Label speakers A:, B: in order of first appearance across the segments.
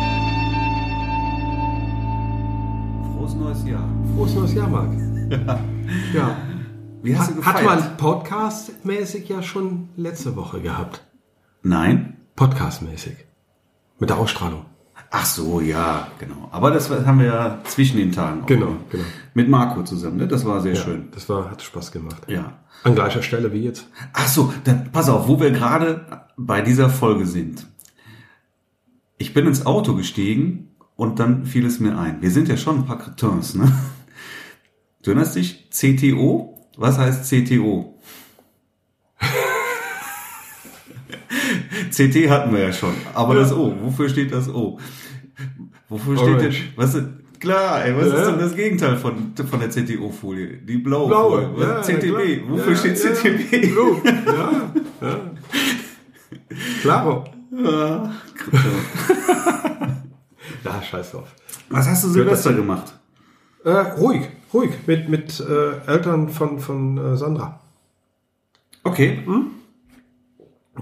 A: du gefeiert?
B: Hat man podcastmäßig ja schon letzte Woche gehabt.
A: Nein?
B: Podcastmäßig. Mit der Ausstrahlung.
A: Ach so, ja, genau. Aber das haben wir ja zwischen den Tagen. auch
B: Genau,
A: gemacht.
B: genau.
A: Mit Marco zusammen, ne? Das war sehr schön.
B: Das war, hat Spaß gemacht.
A: Ja.
B: An gleicher Stelle wie jetzt.
A: Ach so, dann pass auf, wo wir gerade bei dieser Folge sind. Ich bin ins Auto gestiegen und dann fiel es mir ein. Wir sind ja schon ein paar Cretins, ne? Du erinnerst dich? CTO? Was heißt CTO? CT hatten wir ja schon. Aber das O, wofür steht das O? Wofür steht denn,
B: Orange.
A: was ist, klar, ey, was
B: Ja.
A: ist denn das Gegenteil von, von der CTO-Folie? Die blaue, Folie. Was, CTB, wofür steht CTB?
B: Blut. Ja, ja. Klaro.
A: Ja.
B: Ja, scheiß drauf.
A: Was hast du Silvester gemacht?
B: Äh, ruhig, ruhig. Mit, mit äh, Eltern von, von äh, Sandra.
A: Okay. hm?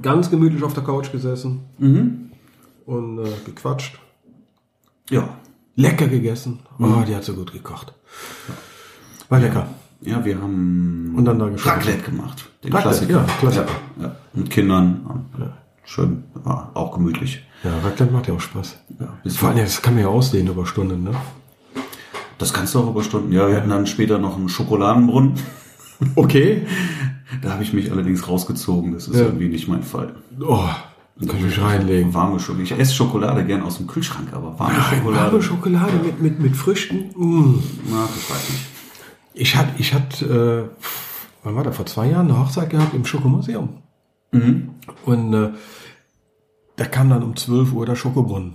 B: Ganz gemütlich auf der Couch gesessen
A: Mhm.
B: und äh, gequatscht.
A: Ja.
B: Lecker gegessen.
A: Mhm.
B: Oh, die hat so gut gekocht. War lecker.
A: Ja, wir haben
B: Und dann da geschaut.
A: Raclette gemacht. Den
B: Raclette,
A: Klassiker.
B: ja, Klassiker.
A: Ja, ja. Mit Kindern. Ja. Schön. Ja, auch gemütlich.
B: Ja, Raclette macht ja auch Spaß.
A: Ja,
B: Vor allem, das kann man ja ausdehnen über Stunden, ne?
A: das kannst du auch über Stunden. Ja, wir hatten dann später noch einen Schokoladenbrunnen.
B: Okay.
A: Da habe ich mich allerdings rausgezogen. Das ist
B: Ja.
A: irgendwie nicht mein Fall.
B: Oh, kann ich mich reinlegen.
A: Warme Schokolade. Ich esse Schokolade gern aus dem Kühlschrank, aber warme
B: Warme
A: Schokolade.
B: Schokolade mit, mit, mit Früchten. Mm.
A: Na, ich weiß nicht.
B: Ich hatte, ich hat, äh, wann war das, vor zwei Jahren eine Hochzeit gehabt im Schokomuseum. Und äh, da kam dann um 12 Uhr der Schokobrunnen.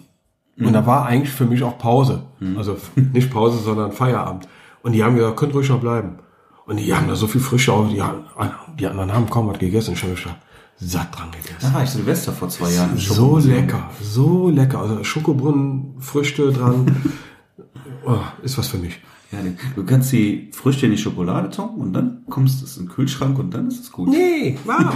B: Und da war eigentlich für mich auch Pause. Also f- nicht Pause, sondern Feierabend. Und die haben gesagt, könnt ruhig noch bleiben. Und die haben da so viel Frische auf, die, haben, die anderen haben kaum was gegessen. Ich habe mich da satt dran gegessen.
A: Da war ich Silvester vor zwei Jahren. im
B: So
A: Schokomuseum.
B: lecker, so lecker. Also Schokobrunnen, Früchte dran. oh, ist was für mich.
A: Ja, du kannst die Früchte in die Schokolade tunken und dann kommst du es in den Kühlschrank und dann ist es gut.
B: Nee, warm.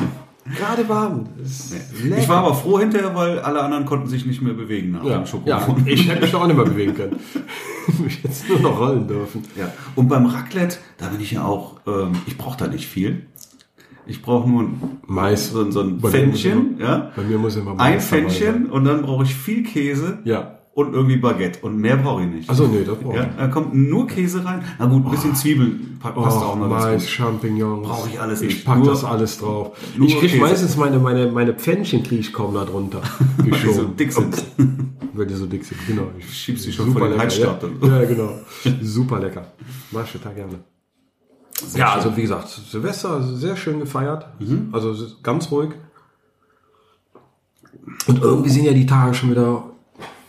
B: Gerade warm. Ist lecker.
A: Ich war aber froh hinterher, weil alle anderen konnten sich nicht mehr bewegen nach
B: ja,
A: dem
B: ja,
A: Schokofon.
B: ich hätte mich da auch nicht mehr bewegen können. mich jetzt nur noch rollen dürfen.
A: Ja. Und beim Raclette, da bin ich ja auch, ähm, ich brauche da nicht viel. Ich brauche nur ein-
B: Mais.
A: so, ein- so ein
B: Bei mir muss
A: Pfännchen,
B: immer-
A: ja?
B: Bei mir muss immer Mais
A: ein
B: dabei sein.
A: Pfännchen und dann brauche ich viel Käse
B: Ja.
A: und irgendwie Baguette. Und mehr brauche ich nicht.
B: Also nee, das brauche ich. Oh.
A: ja, da kommt nur Käse rein. Na gut, ein bisschen Zwiebeln pa- passt
B: Och,
A: auch noch ganz
B: Mais,
A: gut.
B: Champignons.
A: Brauch ich alles
B: Ich
A: nicht.
B: pack
A: Nur-
B: das alles drauf.
A: nur
B: Ich krieg
A: Käse.
B: meistens meine, meine, meine Pfännchen krieg ich kaum da drunter
A: Die so
B: geschoben.
A: dick sind.
B: Wenn die so dick sind, genau. Ich
A: Schiebst die schon vor den Heizstab
B: lecker.
A: dann.
B: Ja. ja, genau. Super lecker. Mach ich total gerne. ja, also wie gesagt, Silvester sehr schön gefeiert.
A: Mhm.
B: Also es ist ganz ruhig. Und irgendwie sind ja die Tage schon wieder,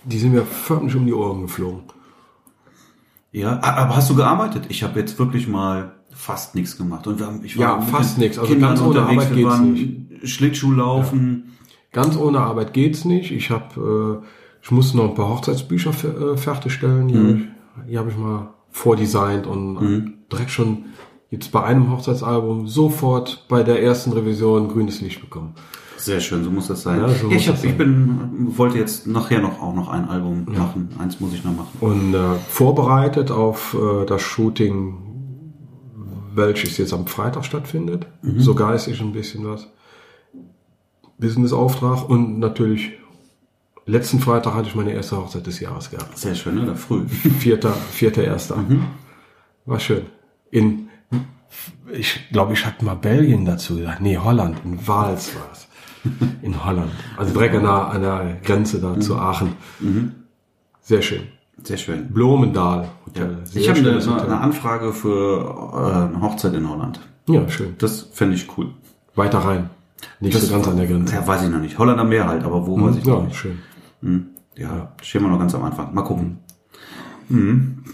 B: die sind mir förmlich um die Ohren geflogen.
A: Ja, a- aber hast du gearbeitet? Ich habe jetzt wirklich mal fast nichts gemacht. Und wir haben, ich war
B: Ja,
A: mit
B: fast
A: den
B: nichts. Also
A: Kindern
B: ganz ohne
A: unterwegs.
B: Arbeit
A: wir
B: geht's
A: waren Schlittschuhlaufen.
B: Ganz ohne Arbeit geht's nicht. Ich habe, äh, ich muss noch ein paar Hochzeitsbücher fe- äh, fertigstellen. Die habe ich, die hab ich mal vordesignt und direkt schon jetzt bei einem Hochzeitsalbum sofort bei der ersten Revision grünes Licht bekommen.
A: Sehr schön, so muss das sein.
B: Ja, so muss
A: ich, hab,
B: das sein.
A: ich bin, wollte jetzt nachher noch auch noch ein Album machen. Eins muss ich noch machen.
B: Und äh, vorbereitet auf äh, das Shooting, welches jetzt am Freitag stattfindet. So geistig ein bisschen was. Businessauftrag und natürlich letzten Freitag hatte ich meine erste Hochzeit des Jahres gehabt.
A: Sehr schön, ne? Da früh.
B: Vierter, vierter Erster. War schön. In, ich glaube, ich hatte mal Belgien dazu gesagt. Nee, Holland. In Wals war es. In Holland. Also direkt an der, an der Grenze da zu Aachen. Mhm. Sehr schön.
A: Sehr schön.
B: Blomendal
A: Ja.
B: Hotel. Sehr
A: Ich habe eine,
B: schönes
A: so
B: Hotel.
A: eine Anfrage für äh, eine Hochzeit in Holland.
B: Ja, schön.
A: Das fände ich cool.
B: Weiter rein. Nicht so ganz an der Grenze. Hm,
A: Ja, weiß ich noch nicht. Holland am Meer halt, aber wo weiß ich noch
B: Ja,
A: nicht.
B: schön.
A: Ja, stehen wir noch ganz am Anfang. Mal gucken.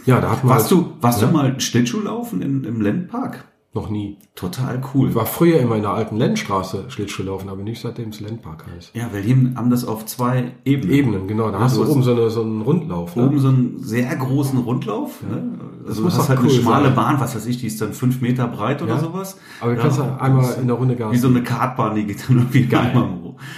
B: Ja, da hatten wir
A: Warst
B: halt
A: du, warst du mal Schlittschuhlaufen in, im Lendpark?
B: noch nie.
A: Total cool.
B: Ich war früher immer in der alten Lendstraße Schlittschuh laufen, aber nicht seitdem es Lendpark heißt.
A: Ja, weil die haben das auf zwei Ebenen.
B: Ebenen, genau. Da
A: Ja,
B: hast
A: du
B: du
A: hast-
B: oben so, eine, so einen Rundlauf. Ne?
A: Oben so einen sehr großen Rundlauf. Ne? Also
B: muss
A: du hast
B: doch
A: halt
B: cool
A: eine schmale
B: sein.
A: Bahn, was weiß ich, die ist dann fünf Meter breit oder
B: Ja.
A: sowas.
B: Aber du
A: ja,
B: kannst ja einmal in der Runde
A: Wie
B: Gas.
A: so eine Kartbahn, die geht dann irgendwie
B: Geil.
A: einmal,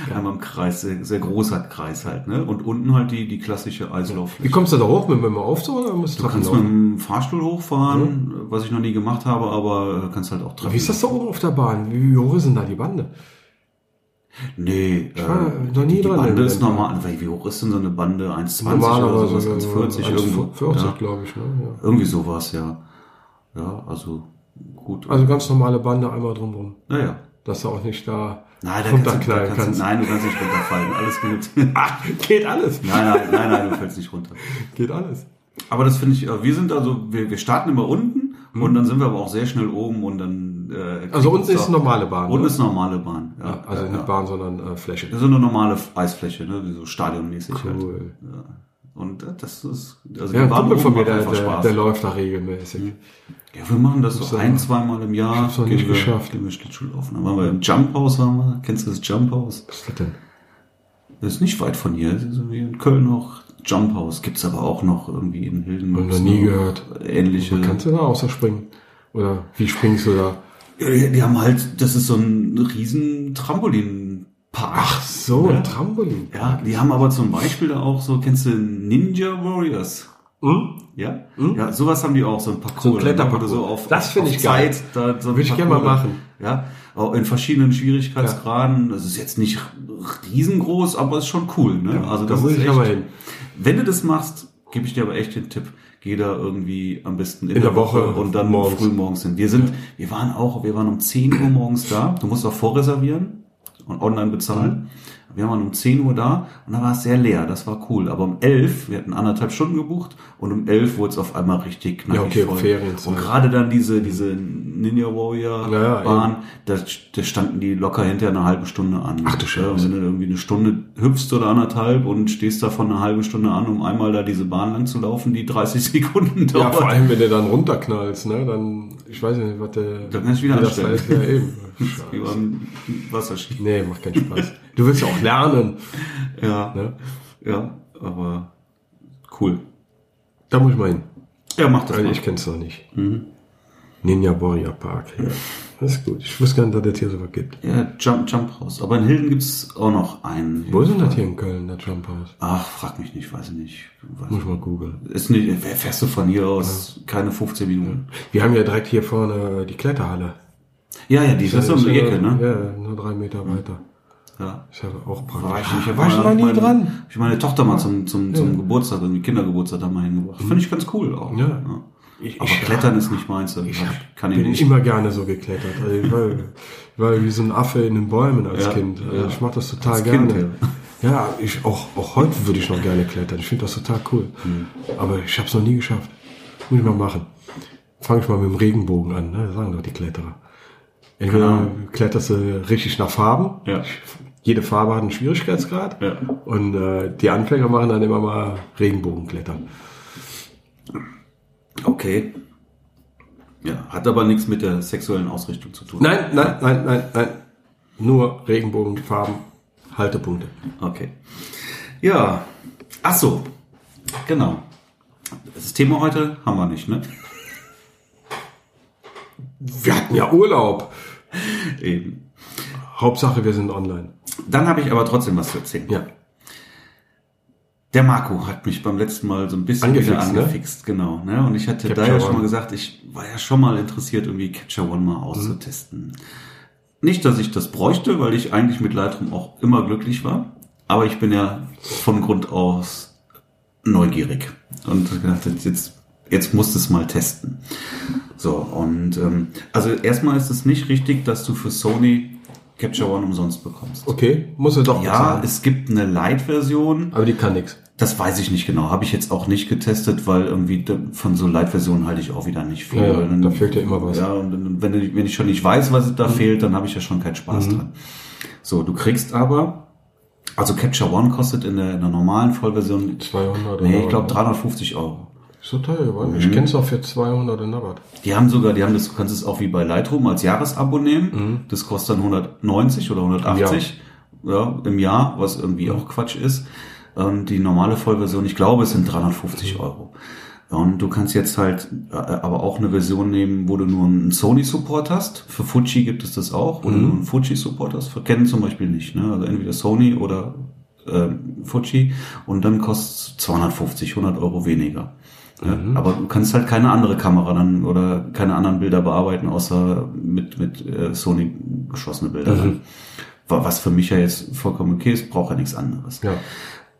A: im, einmal im Kreis, sehr, sehr großer Kreis halt. Ne? Und unten halt die, die klassische Eislauf.
B: Wie kommst du da hoch? Mit dem Aufzug oder musst du
A: Du kannst mit dem Fahrstuhl hochfahren, was ich noch nie gemacht habe, aber du kannst halt auch treffen.
B: Wie ist das da oben auf der Bahn? Wie wie hoch ist denn da die Bande?
A: Nee,
B: Ich war
A: äh,
B: noch nie
A: die
B: dran
A: Bande
B: in
A: ist
B: Berlin.
A: normal. Wie wie hoch ist denn so eine Bande? 1,20 oder
B: Normalerweise
A: sowas?
B: so
A: 1,40 irgendwo.
B: 40,
A: ja.
B: glaube ich. Ne?
A: Irgendwie sowas, ja. Ja, also gut.
B: Ja. Also ganz normale Bande einmal drumrum.
A: naja.
B: Dass er auch nicht da
A: Nein, da kannst du, da
B: runterknallen
A: kannst, du-
B: kannst.
A: nein, du kannst nicht runterfallen. Alles gut. nein,
B: Geht alles.
A: nein, nein, nein, du fällst nicht runter.
B: Geht alles.
A: Aber das finde ich, äh, wir sind also, wir, wir starten immer unten und dann sind wir aber auch sehr schnell oben und dann. Äh,
B: Hm. Also
A: kriegt
B: unten
A: uns
B: ist
A: da-
B: eine normale Bahn.
A: Unten
B: ne?
A: ist normale Bahn. Ja,
B: ja, also
A: ja,
B: nicht
A: ja.
B: Bahn, sondern äh, Fläche.
A: Das ist so eine normale Eisfläche, ne? wie So stadionmäßig halt.
B: Cool.
A: Ja. Und äh, das ist. Also
B: Ja,
A: die
B: ein
A: Bahn
B: Kumpel
A: oben
B: von mir,
A: macht
B: der,
A: einfach
B: der,
A: Spaß. Mhm.
B: der läuft da regelmäßig.
A: Ja, wir machen das so
B: Hab's
A: ein,
B: noch-
A: zweimal im
B: ich
A: Jahr.
B: hab's noch
A: gehen
B: nicht
A: wir,
B: geschafft.
A: Gehen wir Schlittschuhlaufen. Dann waren wir im Jump House, waren wir. Kennst du das Jump House?
B: Was ist das denn?
A: Das ist nicht weit von hier. Das ist irgendwie in Köln noch. Jump House gibt's aber auch noch irgendwie in Hilden.
B: Hab noch nie gehört.
A: Ähnliche.
B: Kannst du da außer springen? Oder wie springst du da?
A: Ja, Die haben halt, das ist so ein riesen Trampolinpark.
B: so,
A: Ja.
B: ein Trampolin.
A: Ja, die haben aber zum Beispiel da auch so, kennst du Ninja Warriors?
B: Hm?
A: Ja?
B: Mhm.
A: Ja, sowas haben die auch, so ein Parcours.
B: So ein Kletterparcours.
A: Oder So auf,
B: Das finde
A: auf
B: ich geil.
A: Zeit, Da, so ein
B: Würde ich gerne mal
A: Parcours.
B: machen.
A: Ja, auch in verschiedenen Schwierigkeitsgraden. Das ist jetzt nicht riesengroß, aber ist schon cool. Ne? also
B: da
A: das
B: muss
A: ist
B: ich
A: echt,
B: aber hin.
A: Wenn du das machst, gebe ich dir aber echt den Tipp. Geh da irgendwie am besten in,
B: der Woche
A: und dann
B: morgens.
A: früh morgens hin. Wir sind, wir waren auch, wir waren um 10 Uhr morgens da. Du musst auch vorreservieren und online bezahlen. Wir waren um 10 Uhr da und da war es sehr leer. Das war cool. Aber um 11, wir hatten anderthalb Stunden gebucht und um 11 wurde es auf einmal richtig knackig
B: Ja, okay,
A: voll.
B: Ferienzeit.
A: Und gerade dann diese, diese Ninja Warrior
B: Ja, ja,
A: Bahn, da, da standen die locker hinter einer halben Stunde an.
B: Ach du Scheiße.
A: Ja, wenn du irgendwie eine Stunde hüpfst oder anderthalb und stehst davon eine halbe Stunde an, um einmal da diese Bahn lang zu laufen, die 30 Sekunden
B: Ja, vor
A: dauert.
B: allem, wenn du dann runterknallst, ne? Dann, ich weiß nicht, was der.
A: Dann kannst du wieder
B: wie das
A: anstellen.
B: heißt, ja, eben.
A: Wie
B: Scheiße.
A: beim Wasserski.
B: Nee, macht keinen Spaß. Du willst ja auch lernen.
A: Ja,
B: Ne?
A: ja, aber cool.
B: Da muss ich mal hin.
A: Ja, mach das Mhm.
B: Also
A: mal.
B: ich kenn's noch nicht. Ninja Warrior Park. Ja. Das ist gut. Ich wusste gar nicht, dass das hier sowas gibt.
A: Ja, Jump, Jump House. Aber in Hilden gibt's auch noch einen.
B: Wo ist denn das hier in Köln, das Trump House?
A: Ach, frag mich nicht, weiß ich nicht. Weiß
B: Muss ich mal googeln.
A: Ist nicht, wer fährst du von hier aus? Keine 15 Minuten.
B: Wir haben ja direkt hier vorne die Kletterhalle.
A: Ja, ja, die ist das
B: ja
A: um die Ecke, ne?
B: Ja, nur drei Meter weiter.
A: Ja.
B: Ist ja auch
A: War ich,
B: praktisch.
A: ich hab
B: War ich
A: mal-
B: noch nie
A: meine,
B: dran.
A: Ich meine Tochter mal zum, zum, zum Geburtstag, irgendwie Kindergeburtstag da mal hingebracht. Finde ich ganz cool auch.
B: Mhm. Ja.
A: Aber Klettern ist nicht meins, dann hab- kann ich
B: bin
A: nicht.
B: immer gerne so geklettert. Also ich, war, ich war wie so ein Affe in den Bäumen als
A: Ja,
B: Kind. Also
A: ja.
B: Ich mache das total
A: Als
B: gerne.
A: Kind,
B: ja. ich auch, auch heute würde ich noch gerne klettern. Ich finde das total cool.
A: Hm.
B: Aber ich habe es noch nie geschafft. Muss ich mal machen. Fange ich mal mit dem Regenbogen an. Ne? Das sagen doch die Kletterer. Entweder
A: Genau.
B: kletterst du richtig nach Farben.
A: Ja.
B: Jede Farbe hat einen Schwierigkeitsgrad.
A: Ja.
B: Und äh, die Anfänger machen dann immer mal Regenbogenklettern.
A: Okay. Ja, hat aber nichts mit der sexuellen Ausrichtung zu tun.
B: Nein, nein, nein, nein, nein. Nur Regenbogenfarben, Haltepunkte.
A: Okay. Ja. Ach so. Genau. Das Thema heute haben wir nicht, ne?
B: Wir hatten ja Urlaub.
A: Eben.
B: Hauptsache, wir sind online.
A: Dann habe ich aber trotzdem was zu erzählen.
B: Ja.
A: Der Marco hat mich beim letzten Mal so ein bisschen
B: Angefixt,
A: wieder
B: ne?
A: angefixt, genau. Ne? Und ich hatte da
B: Capture
A: ja schon
B: One.
A: mal gesagt, ich war ja schon mal interessiert, irgendwie Capture One mal auszutesten. Nicht, dass ich das bräuchte, weil ich eigentlich mit Lightroom auch immer glücklich war, aber ich bin ja von Grund aus neugierig und hab gedacht, jetzt, jetzt musst du es mal testen. So, und ähm, also erstmal ist es nicht richtig, dass du für Sony Capture One umsonst bekommst.
B: Okay, muss er doch
A: Ja,
B: bezahlen.
A: es gibt eine Lite-Version.
B: Aber die kann nichts.
A: Das weiß ich nicht genau. Habe ich jetzt auch nicht getestet, weil irgendwie da- von so Light-Versionen halte ich auch wieder nicht viel.
B: Ja, ja,
A: Weil dann-
B: da fehlt ja immer was. Mhm.
A: Ja, und dann- wenn, du- wenn ich schon nicht weiß, was da fehlt, dann habe ich ja schon keinen Spaß dran. So, du kriegst aber, also Capture One kostet in der, in der normalen Vollversion,
B: 200
A: nee,
B: oder
A: ich Mhm. glaube
B: was?
A: 350 Euro.
B: Ist so teuer geworden. Ich kenn's auch für 200 und was.
A: Die haben sogar, die haben das, du kannst es auch wie bei Lightroom als Jahresabo
B: Mhm.
A: nehmen. Das kostet dann 190 oder 180 ja, im Jahr, was irgendwie auch Quatsch ist. Ähm, die normale Vollversion, ich glaube, es sind 350 Euro. Ja, Und du kannst jetzt halt äh, aber auch eine Version nehmen, wo du nur einen Sony-Support hast. Für Fuji gibt es das auch, wo du nur einen Fuji-Support hast. Für Canon zum Beispiel nicht. Ne? Also entweder Sony oder ähm, Fuji. Und dann kostet 250, 100 Euro weniger. Ja, aber du kannst halt keine andere Kamera dann oder keine anderen Bilder bearbeiten, außer mit, mit äh, Sony geschossene Bilder.
B: Mhm.
A: dann. Wa- Was für mich ja jetzt vollkommen okay ist, braucht ja nichts anderes.
B: Ja.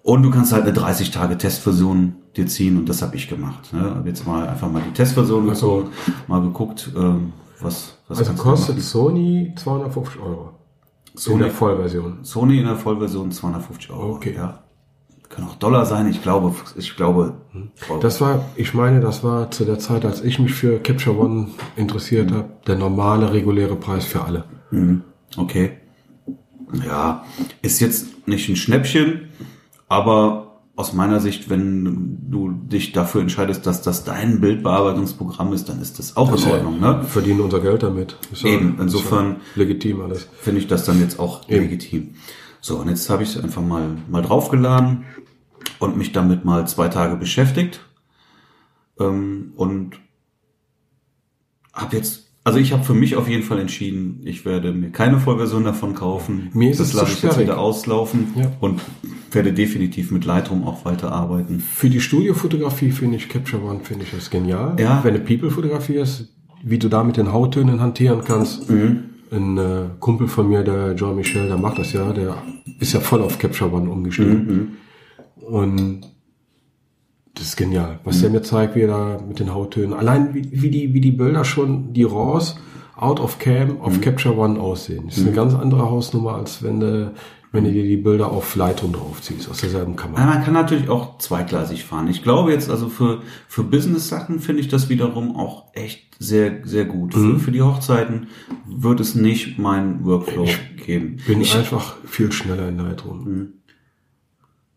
A: Und du kannst halt eine 30 Tage Testversion dir ziehen und das habe ich gemacht. Ne? Hab jetzt mal einfach mal die Testversion
B: Ach so.
A: geguckt, mal geguckt, ähm, was, was
B: Also
A: kannst du
B: kostet
A: machen.
B: Sony 250 Euro.
A: Sony-
B: In der Vollversion.
A: Sony in der Vollversion 250 Euro.
B: Okay.
A: Ja. Kann auch Dollar sein, ich glaube, ich glaube. Euro.
B: Mhm. Das war, ich meine, das war zu der Zeit, als ich mich für Capture One interessiert habe, der normale, reguläre Preis für alle.
A: Mhm. Okay. Ja, ist jetzt nicht ein Schnäppchen, aber aus meiner Sicht, wenn du dich dafür entscheidest, dass das dein Bildbearbeitungsprogramm ist, dann ist das auch in Ordnung. Ne?
B: Verdienen unser Geld damit. Ist ja-
A: Eben,
B: ist ja
A: insofern-
B: Legitim alles.
A: Finde ich das dann jetzt auch
B: Eben.
A: legitim. So, und jetzt habe ich es einfach mal, mal draufgeladen und mich damit mal zwei Tage beschäftigt. Ähm, und habe jetzt, also ich habe für mich auf jeden Fall entschieden, ich werde mir keine Vollversion davon kaufen.
B: Mir ist
A: das
B: es zu
A: lasse ich jetzt
B: sperrig.
A: wieder auslaufen
B: Ja.
A: und werde definitiv mit Lightroom auch weiterarbeiten.
B: Für die Studiofotografie finde ich Capture One, finde ich das genial.
A: Ja.
B: Wenn du People fotografierst, wie du da mit den Hauttönen hantieren kannst. Ein äh, Kumpel von mir, der John Michel, der macht das ja, der ist ja voll auf Capture One umgestiegen. Und das ist genial, was der mir zeigt, wie er da mit den Hauttönen, allein wie, wie, die, wie die Bilder schon, die RAWs, out of cam, auf Capture One aussehen. Das ist eine ganz andere Hausnummer, als wenn du, wenn du dir die Bilder auf Lightroom draufziehst, aus derselben Kamera.
A: Ja, Ah, man kann natürlich auch zweigleisig fahren. Ich glaube jetzt also für, für Business-Sachen finde ich das wiederum auch echt sehr, sehr gut.
B: Mhm.
A: Für, für die Hochzeiten wird es nicht meinen Workflow geben.
B: bin
A: ich, Hm.
B: einfach viel schneller in Lightroom.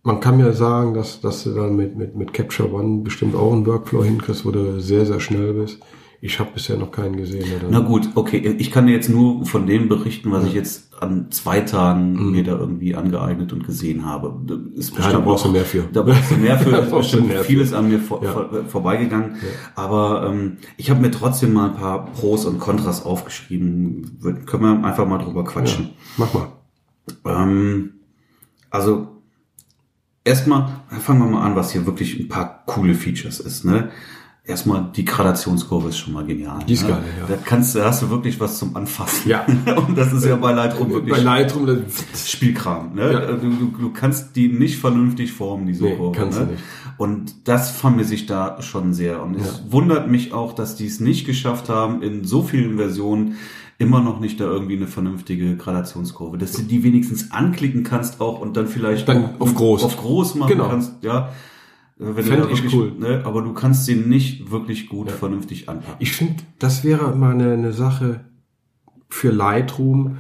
B: Man kann mir sagen, dass, dass du dann mit, mit, mit Capture One bestimmt auch einen Workflow hinkriegst, wo du sehr, sehr schnell bist. Ich habe bisher noch keinen gesehen. Der dann-
A: na gut, okay, ich kann dir jetzt nur von dem berichten, was ich jetzt an zwei Tagen mir da irgendwie angeeignet und gesehen habe. Da Ist
B: Mhm. ja, da brauchst du
A: auch-
B: mehr für.
A: Da brauchst du mehr für.
B: Da
A: Da ist
B: brauchst du
A: bestimmt
B: mehr für.
A: vieles an mir vor,
B: Ja.
A: vor, äh, vorbeigegangen. Aber ähm, ich habe mir trotzdem mal ein paar Pros und Kontras aufgeschrieben. Wir- Können wir einfach mal drüber quatschen.
B: Mach mal.
A: Ähm, also erstmal fangen wir mal an, was hier wirklich ein paar coole Features ist. Ne? Erstmal die Gradationskurve ist schon mal genial.
B: Die ist
A: ne?
B: geil, ja.
A: Da kannst, du- da hast du wirklich was zum Anfassen.
B: Ja.
A: Und das ist ja bei Lightroom wirklich
B: Bei Lightroom, das,
A: Spielkram. Ne?
B: Ja.
A: Du, du, du kannst die nicht vernünftig formen, diese
B: Nee,
A: Kurve.
B: kannst
A: ne?
B: du nicht.
A: Und das vermisse ich da schon sehr. Und es wundert mich auch, dass die es nicht geschafft haben, in so vielen Versionen immer noch nicht da irgendwie eine vernünftige Gradationskurve, dass du die wenigstens anklicken kannst auch und dann vielleicht
B: Dann auf groß.
A: auf groß machen
B: Genau.
A: kannst. Ja, Äh, wenn du
B: Fänd
A: da
B: ich
A: wirklich,
B: cool.
A: Ne, aber du kannst sie nicht wirklich gut vernünftig anpacken.
B: ich finde, das wäre mal eine, eine Sache für Lightroom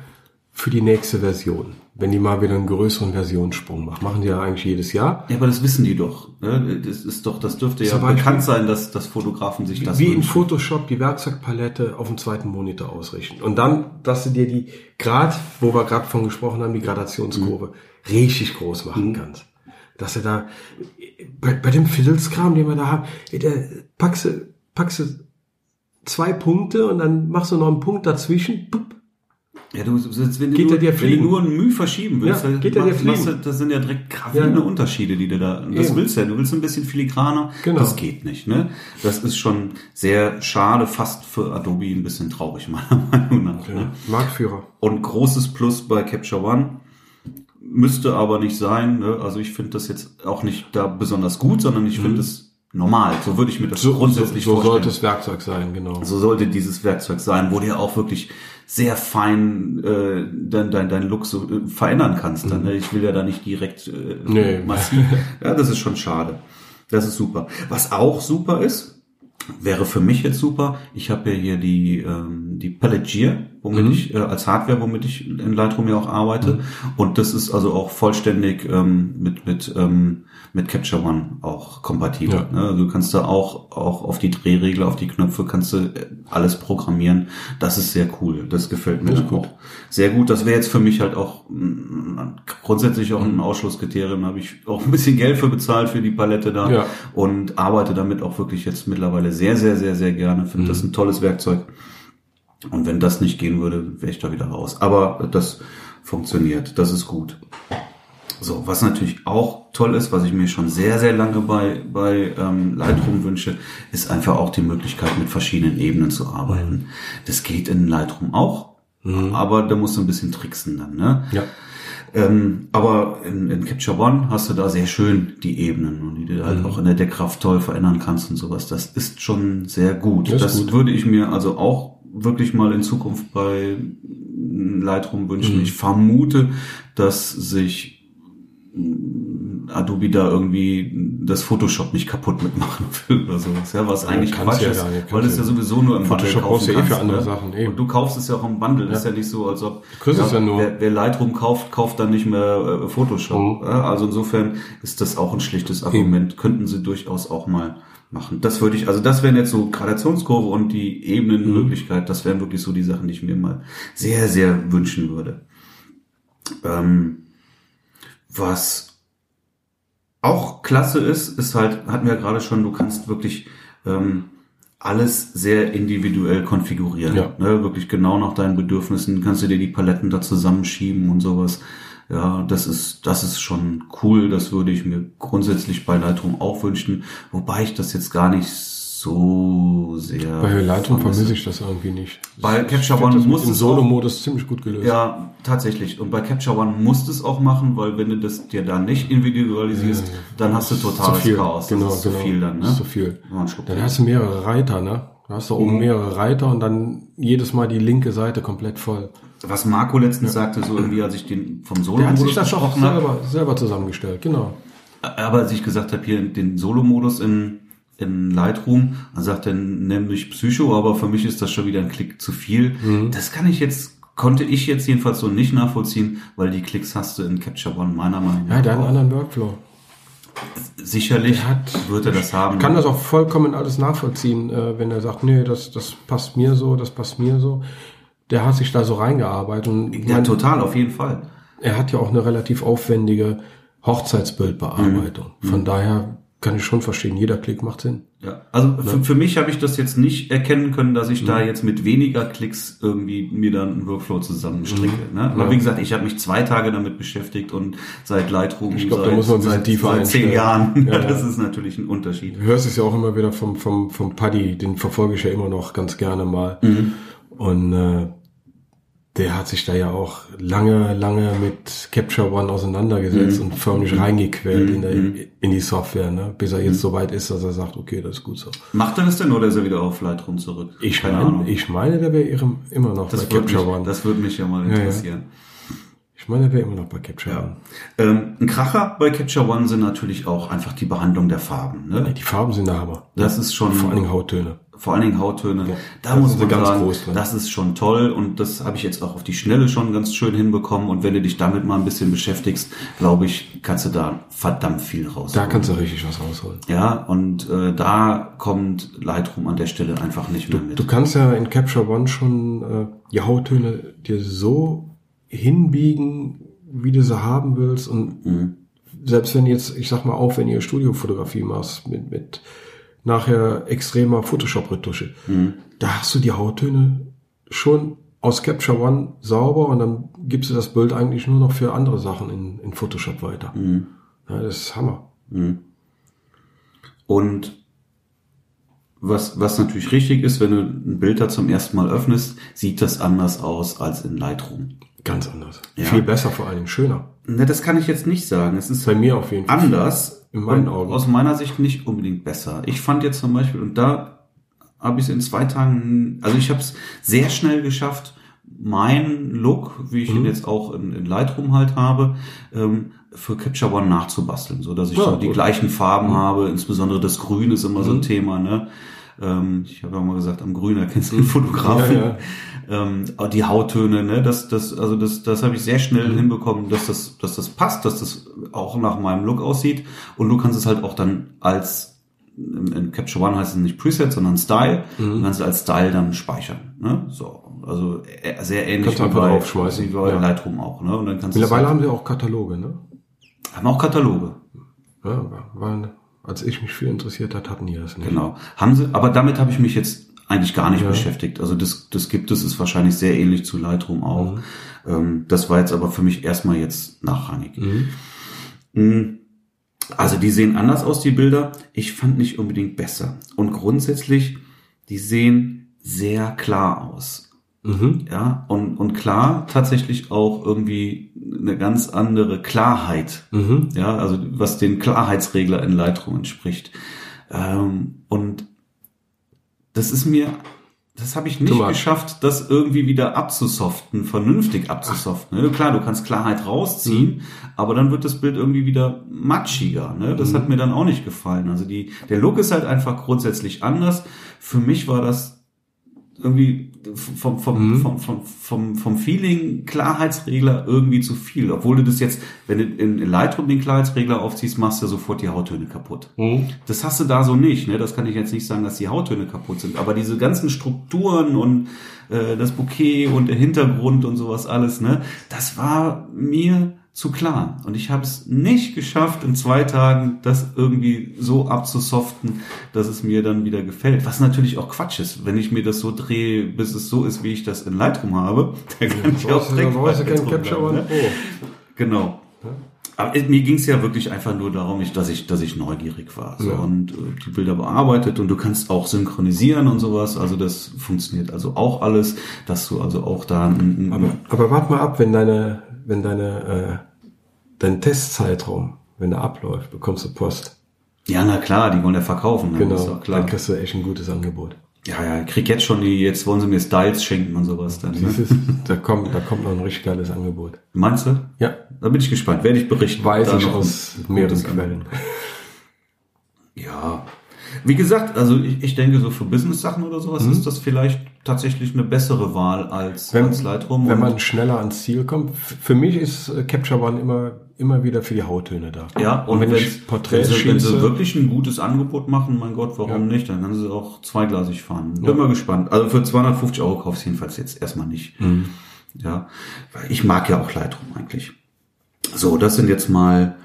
B: für die nächste Version. Wenn die mal wieder einen größeren Versionssprung machen. Machen die ja eigentlich jedes Jahr.
A: Ja, aber das wissen die doch. Ne? Das ist doch, das dürfte ja
B: Zum Beispiel-
A: bekannt sein, dass, dass Fotografen sich das
B: wie in
A: wünschen.
B: Photoshop die Werkzeugpalette auf dem zweiten Monitor ausrichten. Und dann, dass du dir die Grad, wo wir gerade von gesprochen haben, die Gradationskurve richtig groß
A: Mhm.
B: machen kannst. Dass du da bei, bei dem Fiddleskram, den wir da haben, ey, da packst du, packst du zwei Punkte und dann machst du noch einen Punkt dazwischen. Pup.
A: Ja, du, selbst wenn,
B: Geht
A: du,
B: er dir
A: wenn du
B: fliegen?
A: nur einen Mühe verschieben willst,
B: Ja,
A: dann
B: geht er dir
A: machst- machst
B: fliegen?
A: du- das sind ja direkt gravierende
B: Ja.
A: Unterschiede, die du da, das
B: Eben.
A: willst du ja, du willst ein bisschen filigraner,
B: Genau.
A: das geht nicht, ne? Das ist schon sehr schade, fast für Adobe ein bisschen traurig, meiner Meinung nach. Ne?
B: Marktführer.
A: Und großes Plus bei Capture One müsste aber nicht sein, ne? Also ich finde das jetzt auch nicht da besonders gut, sondern ich finde es normal, so würde ich mir das grundsätzlich
B: Mhm. so, so
A: vorstellen.
B: sollte das Werkzeug sein, genau.
A: So sollte dieses Werkzeug sein, wo du ja auch wirklich sehr fein äh, dein, dein, dein Look so äh, verändern kannst. Dann, ne? Ich will ja da nicht direkt äh,
B: Mhm. Nee.
A: massiv. Ja, das ist schon schade. Das ist super. Was auch super ist, wäre für mich jetzt super, ich habe ja hier die, ähm, die Pelletier, womit
B: Mhm.
A: ich, äh, als Hardware, womit ich in Lightroom ja auch arbeite. Und das ist also auch vollständig ähm, mit, mit, ähm, mit Capture One auch kompatibel.
B: Ja.
A: Ne? Du kannst da auch, auch auf die Drehregler, auf die Knöpfe kannst du äh, alles programmieren. Das ist sehr cool. Das gefällt mir
B: Das
A: dann
B: ist gut.
A: auch sehr gut. Das wäre jetzt für mich halt auch mm, grundsätzlich auch
B: Mhm.
A: ein Ausschlusskriterium. Da habe ich auch ein bisschen Geld für bezahlt für die Palette da
B: Ja.
A: und arbeite damit auch wirklich jetzt mittlerweile sehr, sehr, sehr, sehr gerne. Finde das
B: Mhm.
A: ein tolles Werkzeug. Und wenn das nicht gehen würde, wäre ich da wieder raus. Aber das funktioniert. Das ist gut. So, was natürlich auch toll ist, was ich mir schon sehr, sehr lange bei, bei ähm, Lightroom wünsche, ist einfach auch die Möglichkeit, mit verschiedenen Ebenen zu arbeiten. Das geht in Lightroom auch,
B: Mhm.
A: aber da musst du ein bisschen tricksen dann. Ne?
B: Ja.
A: Ähm, aber in, in Capture One hast du da sehr schön die Ebenen und die du
B: Mhm.
A: halt auch in der Deckkraft toll verändern kannst und sowas. Das ist schon sehr gut.
B: Das ist
A: Das,
B: gut.
A: würde ich mir also auch wirklich mal in Zukunft bei Lightroom wünschen.
B: Mhm.
A: Ich vermute, dass sich mm, Adobe da irgendwie das Photoshop nicht kaputt mitmachen will oder sowas, ja, was
B: Ja,
A: eigentlich
B: kannst
A: Quatsch
B: ja
A: ist,
B: gar nicht,
A: weil es
B: kannst
A: ja
B: ja
A: sowieso nur im Bundle
B: Photoshop
A: kaufen
B: brauchst du ja eh
A: kannst,
B: für andere
A: ne?
B: Sachen, eben.
A: Und du kaufst es ja auch im Bundle, ist ja nicht so, als ob
B: Du kriegst es ja nur.
A: Wer, wer Lightroom kauft, kauft dann nicht mehr äh, Photoshop.
B: Mhm.
A: Ja, also insofern ist das auch ein schlichtes Argument, könnten sie durchaus auch mal machen. Das würde ich, also das wären jetzt so Gradationskurve und die
B: Mhm.
A: Ebenenmöglichkeit, das wären wirklich so die Sachen, die ich mir mal sehr, sehr wünschen würde. Ähm, was auch klasse ist, ist halt, hatten wir ja gerade schon, du kannst wirklich ähm, alles sehr individuell konfigurieren.
B: Ja.
A: Ne? Wirklich genau nach deinen Bedürfnissen kannst du dir die Paletten da zusammenschieben und sowas. Ja, das ist, das ist schon cool. Das würde ich mir grundsätzlich bei Lightroom auch wünschen. Wobei ich das jetzt gar nicht so sehr.
B: Bei Lightroom
A: vermisse.
B: vermisse ich das irgendwie nicht.
A: Bei
B: Ich
A: Capture
B: find
A: One
B: das
A: muss
B: muss im
A: es
B: Solo-Modus ziemlich gut gelöst.
A: Ja, tatsächlich. Und bei Capture One musst du es auch machen, weil wenn du das dir da nicht individualisierst,
B: Ja, ja.
A: dann hast du
B: Das ist
A: totales
B: zu viel.
A: Chaos. Das
B: Genau,
A: ist
B: genau.
A: zu viel dann, ne?
B: Das ist zu viel.
A: Mal einen Schluck.
B: Dann hast du mehrere Reiter, ne? Du hast da oben
A: Mhm.
B: mehrere Reiter und dann jedes Mal die linke Seite komplett voll.
A: Was Marco letztens sagte, so irgendwie, als ich den vom Solo
B: Der hat sich das auch
A: gesprochen ne? habe,
B: selber, selber zusammengestellt, genau.
A: aber als ich gesagt habe, hier den Solo-Modus in, in Lightroom, dann sagt er, nimm nicht Psycho, aber für mich ist das schon wieder ein Klick zu viel.
B: Mhm.
A: Das kann ich jetzt, konnte ich jetzt jedenfalls so nicht nachvollziehen, weil die Klicks hast du in Capture One meiner Meinung
B: Ja,
A: nach.
B: der hat einen anderen Workflow.
A: Sicherlich
B: Der hat-
A: wird er das haben.
B: Ich kann das auch vollkommen alles nachvollziehen, äh, wenn er sagt, nee, das, das passt mir so, das passt mir so. Der hat sich da so reingearbeitet und ich
A: ja,
B: mein,
A: total, auf jeden Fall.
B: er hat ja auch eine relativ aufwendige Hochzeitsbildbearbeitung. Von daher kann ich schon verstehen, jeder Klick macht Sinn.
A: Ja, also für, für mich habe ich das jetzt nicht erkennen können, dass ich
B: Mhm.
A: da jetzt mit weniger Klicks irgendwie mir dann einen Workflow zusammenstricke. Ne? Aber
B: Mhm. Ja.
A: wie gesagt, ich habe mich zwei Tage damit beschäftigt und seit Lightroom
B: Ich glaub, da
A: seit,
B: muss man ein bisschen
A: seit,
B: tiefer
A: seit zehn
B: einsteigen.
A: Jahren.
B: Ja, ja.
A: das ist natürlich ein Unterschied.
B: Du hörst es ja auch immer wieder vom, vom, vom Paddy, den verfolge ich ja immer noch ganz gerne mal. Und äh, der hat sich da ja auch lange, lange mit Capture One auseinandergesetzt und förmlich reingequält in, der, in die Software, ne? bis er jetzt so weit ist, dass er sagt, okay, das ist gut so.
A: Macht er das denn oder ist er wieder auf Lightroom zurück?
B: Ich, meine, ich meine, der wäre ihrem- immer noch
A: das
B: bei
A: würde
B: Capture
A: mich,
B: One.
A: das würde mich ja mal
B: Ja, ja.
A: interessieren.
B: Ich meine, der wäre immer noch bei Capture
A: Ja.
B: One.
A: Ähm, ein Kracher bei Capture One sind natürlich auch einfach die Behandlung der Farben. Ne?
B: Die Farben sind der Hammer.
A: Das ist schon
B: Vor allen Dingen Hauttöne.
A: vor allen Dingen Hauttöne. da
B: da
A: muss
B: sind sie
A: man
B: ganz
A: sagen,
B: groß drin.
A: das ist schon toll und das habe ich jetzt auch auf die Schnelle schon ganz schön hinbekommen. Und wenn du dich damit mal ein bisschen beschäftigst, glaube ich, kannst du da verdammt viel raus.
B: Da kannst du richtig was rausholen.
A: ja, und äh, da kommt Lightroom an der Stelle einfach nicht mehr mit.
B: Du kannst ja in Capture One schon äh, die Hauttöne dir so hinbiegen, wie du sie haben willst. Und
A: Mhm,
B: selbst wenn jetzt, ich sag mal, auch wenn ihr Studiofotografie machst, mit, mit nachher extremer Photoshop-Retusche, da hast du die Hauttöne schon aus Capture One sauber und dann gibst du das Bild eigentlich nur noch für andere Sachen in, in Photoshop weiter.
A: mhm,
B: Ja, das ist Hammer.
A: Und was, was natürlich richtig ist, wenn du ein Bild da zum ersten Mal öffnest, sieht das anders aus als in Lightroom.
B: Ganz anders.
A: Ja.
B: Viel besser vor allem, schöner.
A: Ne, das kann ich jetzt nicht sagen. Es ist
B: Bei mir auf jeden Fall.
A: anders.
B: In meinen
A: und
B: Augen.
A: Aus meiner Sicht nicht unbedingt besser. Ich fand jetzt zum Beispiel, und da habe ich es in zwei Tagen, also ich habe es sehr schnell geschafft, meinen Look, wie ich
B: Mhm.
A: ihn jetzt auch in, in Lightroom halt habe, ähm, für Capture One nachzubasteln, so dass ich
B: Ja,
A: so die
B: gut. Mhm.
A: gleichen Farben habe. Insbesondere das Grün ist immer so ein Thema. Ne? Ähm, ich habe ja mal gesagt, am Grün erkennst du den Fotografen.
B: Ja, ja.
A: Ähm, aber die Hauttöne, ne, das, das, also das, das habe ich sehr schnell
B: Mhm.
A: hinbekommen, dass das, dass das passt, dass das auch nach meinem Look aussieht. Und du kannst es halt auch dann als in, in Capture One heißt es nicht Preset, sondern Style.
B: Mhm.
A: Du kannst es als Style dann speichern. Ne? So, also äh, sehr ähnlich
B: Kannst du einfach draufschmeißen,
A: wie bei
B: ja.
A: Lightroom auch. Ne? Und dann kannst du es
B: Mittlerweile
A: halt,
B: haben sie auch Kataloge, ne?
A: haben auch Kataloge.
B: Ja, war- waren, als ich mich für interessiert hat, hatten die das nicht.
A: Genau. Haben sie, aber damit habe ich mich jetzt eigentlich gar nicht
B: Ja.
A: beschäftigt. Also das, das gibt es, ist wahrscheinlich sehr
B: Mhm.
A: ähnlich zu Lightroom auch. Ähm, das war jetzt aber für mich erstmal jetzt nachrangig.
B: Mhm.
A: Mhm. Also die sehen anders aus, die Bilder. Ich fand nicht unbedingt besser. Und grundsätzlich, die sehen sehr klar aus.
B: Mhm.
A: Ja, und, und klar tatsächlich auch irgendwie eine ganz andere Klarheit.
B: Mhm.
A: Ja, also was den Klarheitsregler in Lightroom entspricht. Ähm, und das ist mir, das habe ich nicht
B: Thomas.
A: geschafft, das irgendwie wieder abzusoften, vernünftig abzusoften. Ne? Klar, du kannst Klarheit rausziehen,
B: Mhm.
A: aber dann wird das Bild irgendwie wieder matschiger. Ne? Das
B: Mhm.
A: hat mir dann auch nicht gefallen. Also die, der Look ist halt einfach grundsätzlich anders. Für mich war das irgendwie vom, vom,
B: Mhm.
A: vom, vom, vom, vom Feeling Klarheitsregler irgendwie zu viel. Obwohl du das jetzt, wenn du in in Lightroom den Klarheitsregler aufziehst, machst du sofort die Hauttöne kaputt.
B: Mhm.
A: Das hast du da so nicht, ne? Das kann ich jetzt nicht sagen, dass die Hauttöne kaputt sind. Aber diese ganzen Strukturen und äh, das Bouquet und der Hintergrund und sowas alles, ne? Das war mir zu klar. Und ich habe es nicht geschafft, in zwei Tagen das irgendwie so abzusoften, dass es mir dann wieder gefällt. Was natürlich auch Quatsch ist, wenn ich mir das so drehe, bis es so ist, wie ich das in Lightroom habe, dann kann ich auch direkt bei Lightroom bleiben, ne? Genau.
B: Ja.
A: Aber äh, mir ging es ja wirklich einfach nur darum, ich, dass, ich, dass ich neugierig war so,
B: Ja.
A: und äh, die Bilder bearbeitet und du kannst auch synchronisieren und sowas. Also das funktioniert also auch alles, dass du also auch da... ein- ein-
B: Aber, aber warte mal ab, wenn deine, wenn deine, äh, dein Testzeitraum, wenn der abläuft, bekommst du Post.
A: ja, na klar, die wollen ja verkaufen, ne? ist
B: Genau.
A: doch klar.
B: Dann kriegst du echt ein gutes Angebot.
A: Ja, ja, ich krieg jetzt schon die, jetzt wollen sie mir Styles schenken und sowas dann. Ne?
B: Siehst du, da kommt, da kommt noch ein richtig geiles Angebot.
A: Meinst du?
B: Ja.
A: Da bin ich gespannt, werde ich berichten.
B: Weiß
A: Da
B: ich
A: noch ein
B: aus
A: gutes
B: mehreren
A: Angebot.
B: Quellen.
A: Ja. Wie gesagt, also ich, ich denke, so für Business-Sachen oder sowas ist das vielleicht tatsächlich eine bessere Wahl als,
B: Mhm. Wenn-
A: als Lightroom.
B: Wenn
A: Und-
B: man schneller ans Ziel kommt, f- für mich ist äh, Capture One immer, immer wieder für die Hauttöne da.
A: ja,
B: und wenn
A: wenn's-
B: ich Porträts
A: wenn sie, wenn sie
B: schieße,
A: wirklich ein gutes Angebot machen, mein Gott, warum
B: Ja.
A: nicht? Dann können sie auch zweiglasig fahren. Bin
B: Ja.
A: mal gespannt. Also für 250 Euro kaufst du jedenfalls jetzt erstmal nicht.
B: Mhm.
A: Ja, weil ich mag ja auch Lightroom eigentlich. So, das sind jetzt mal,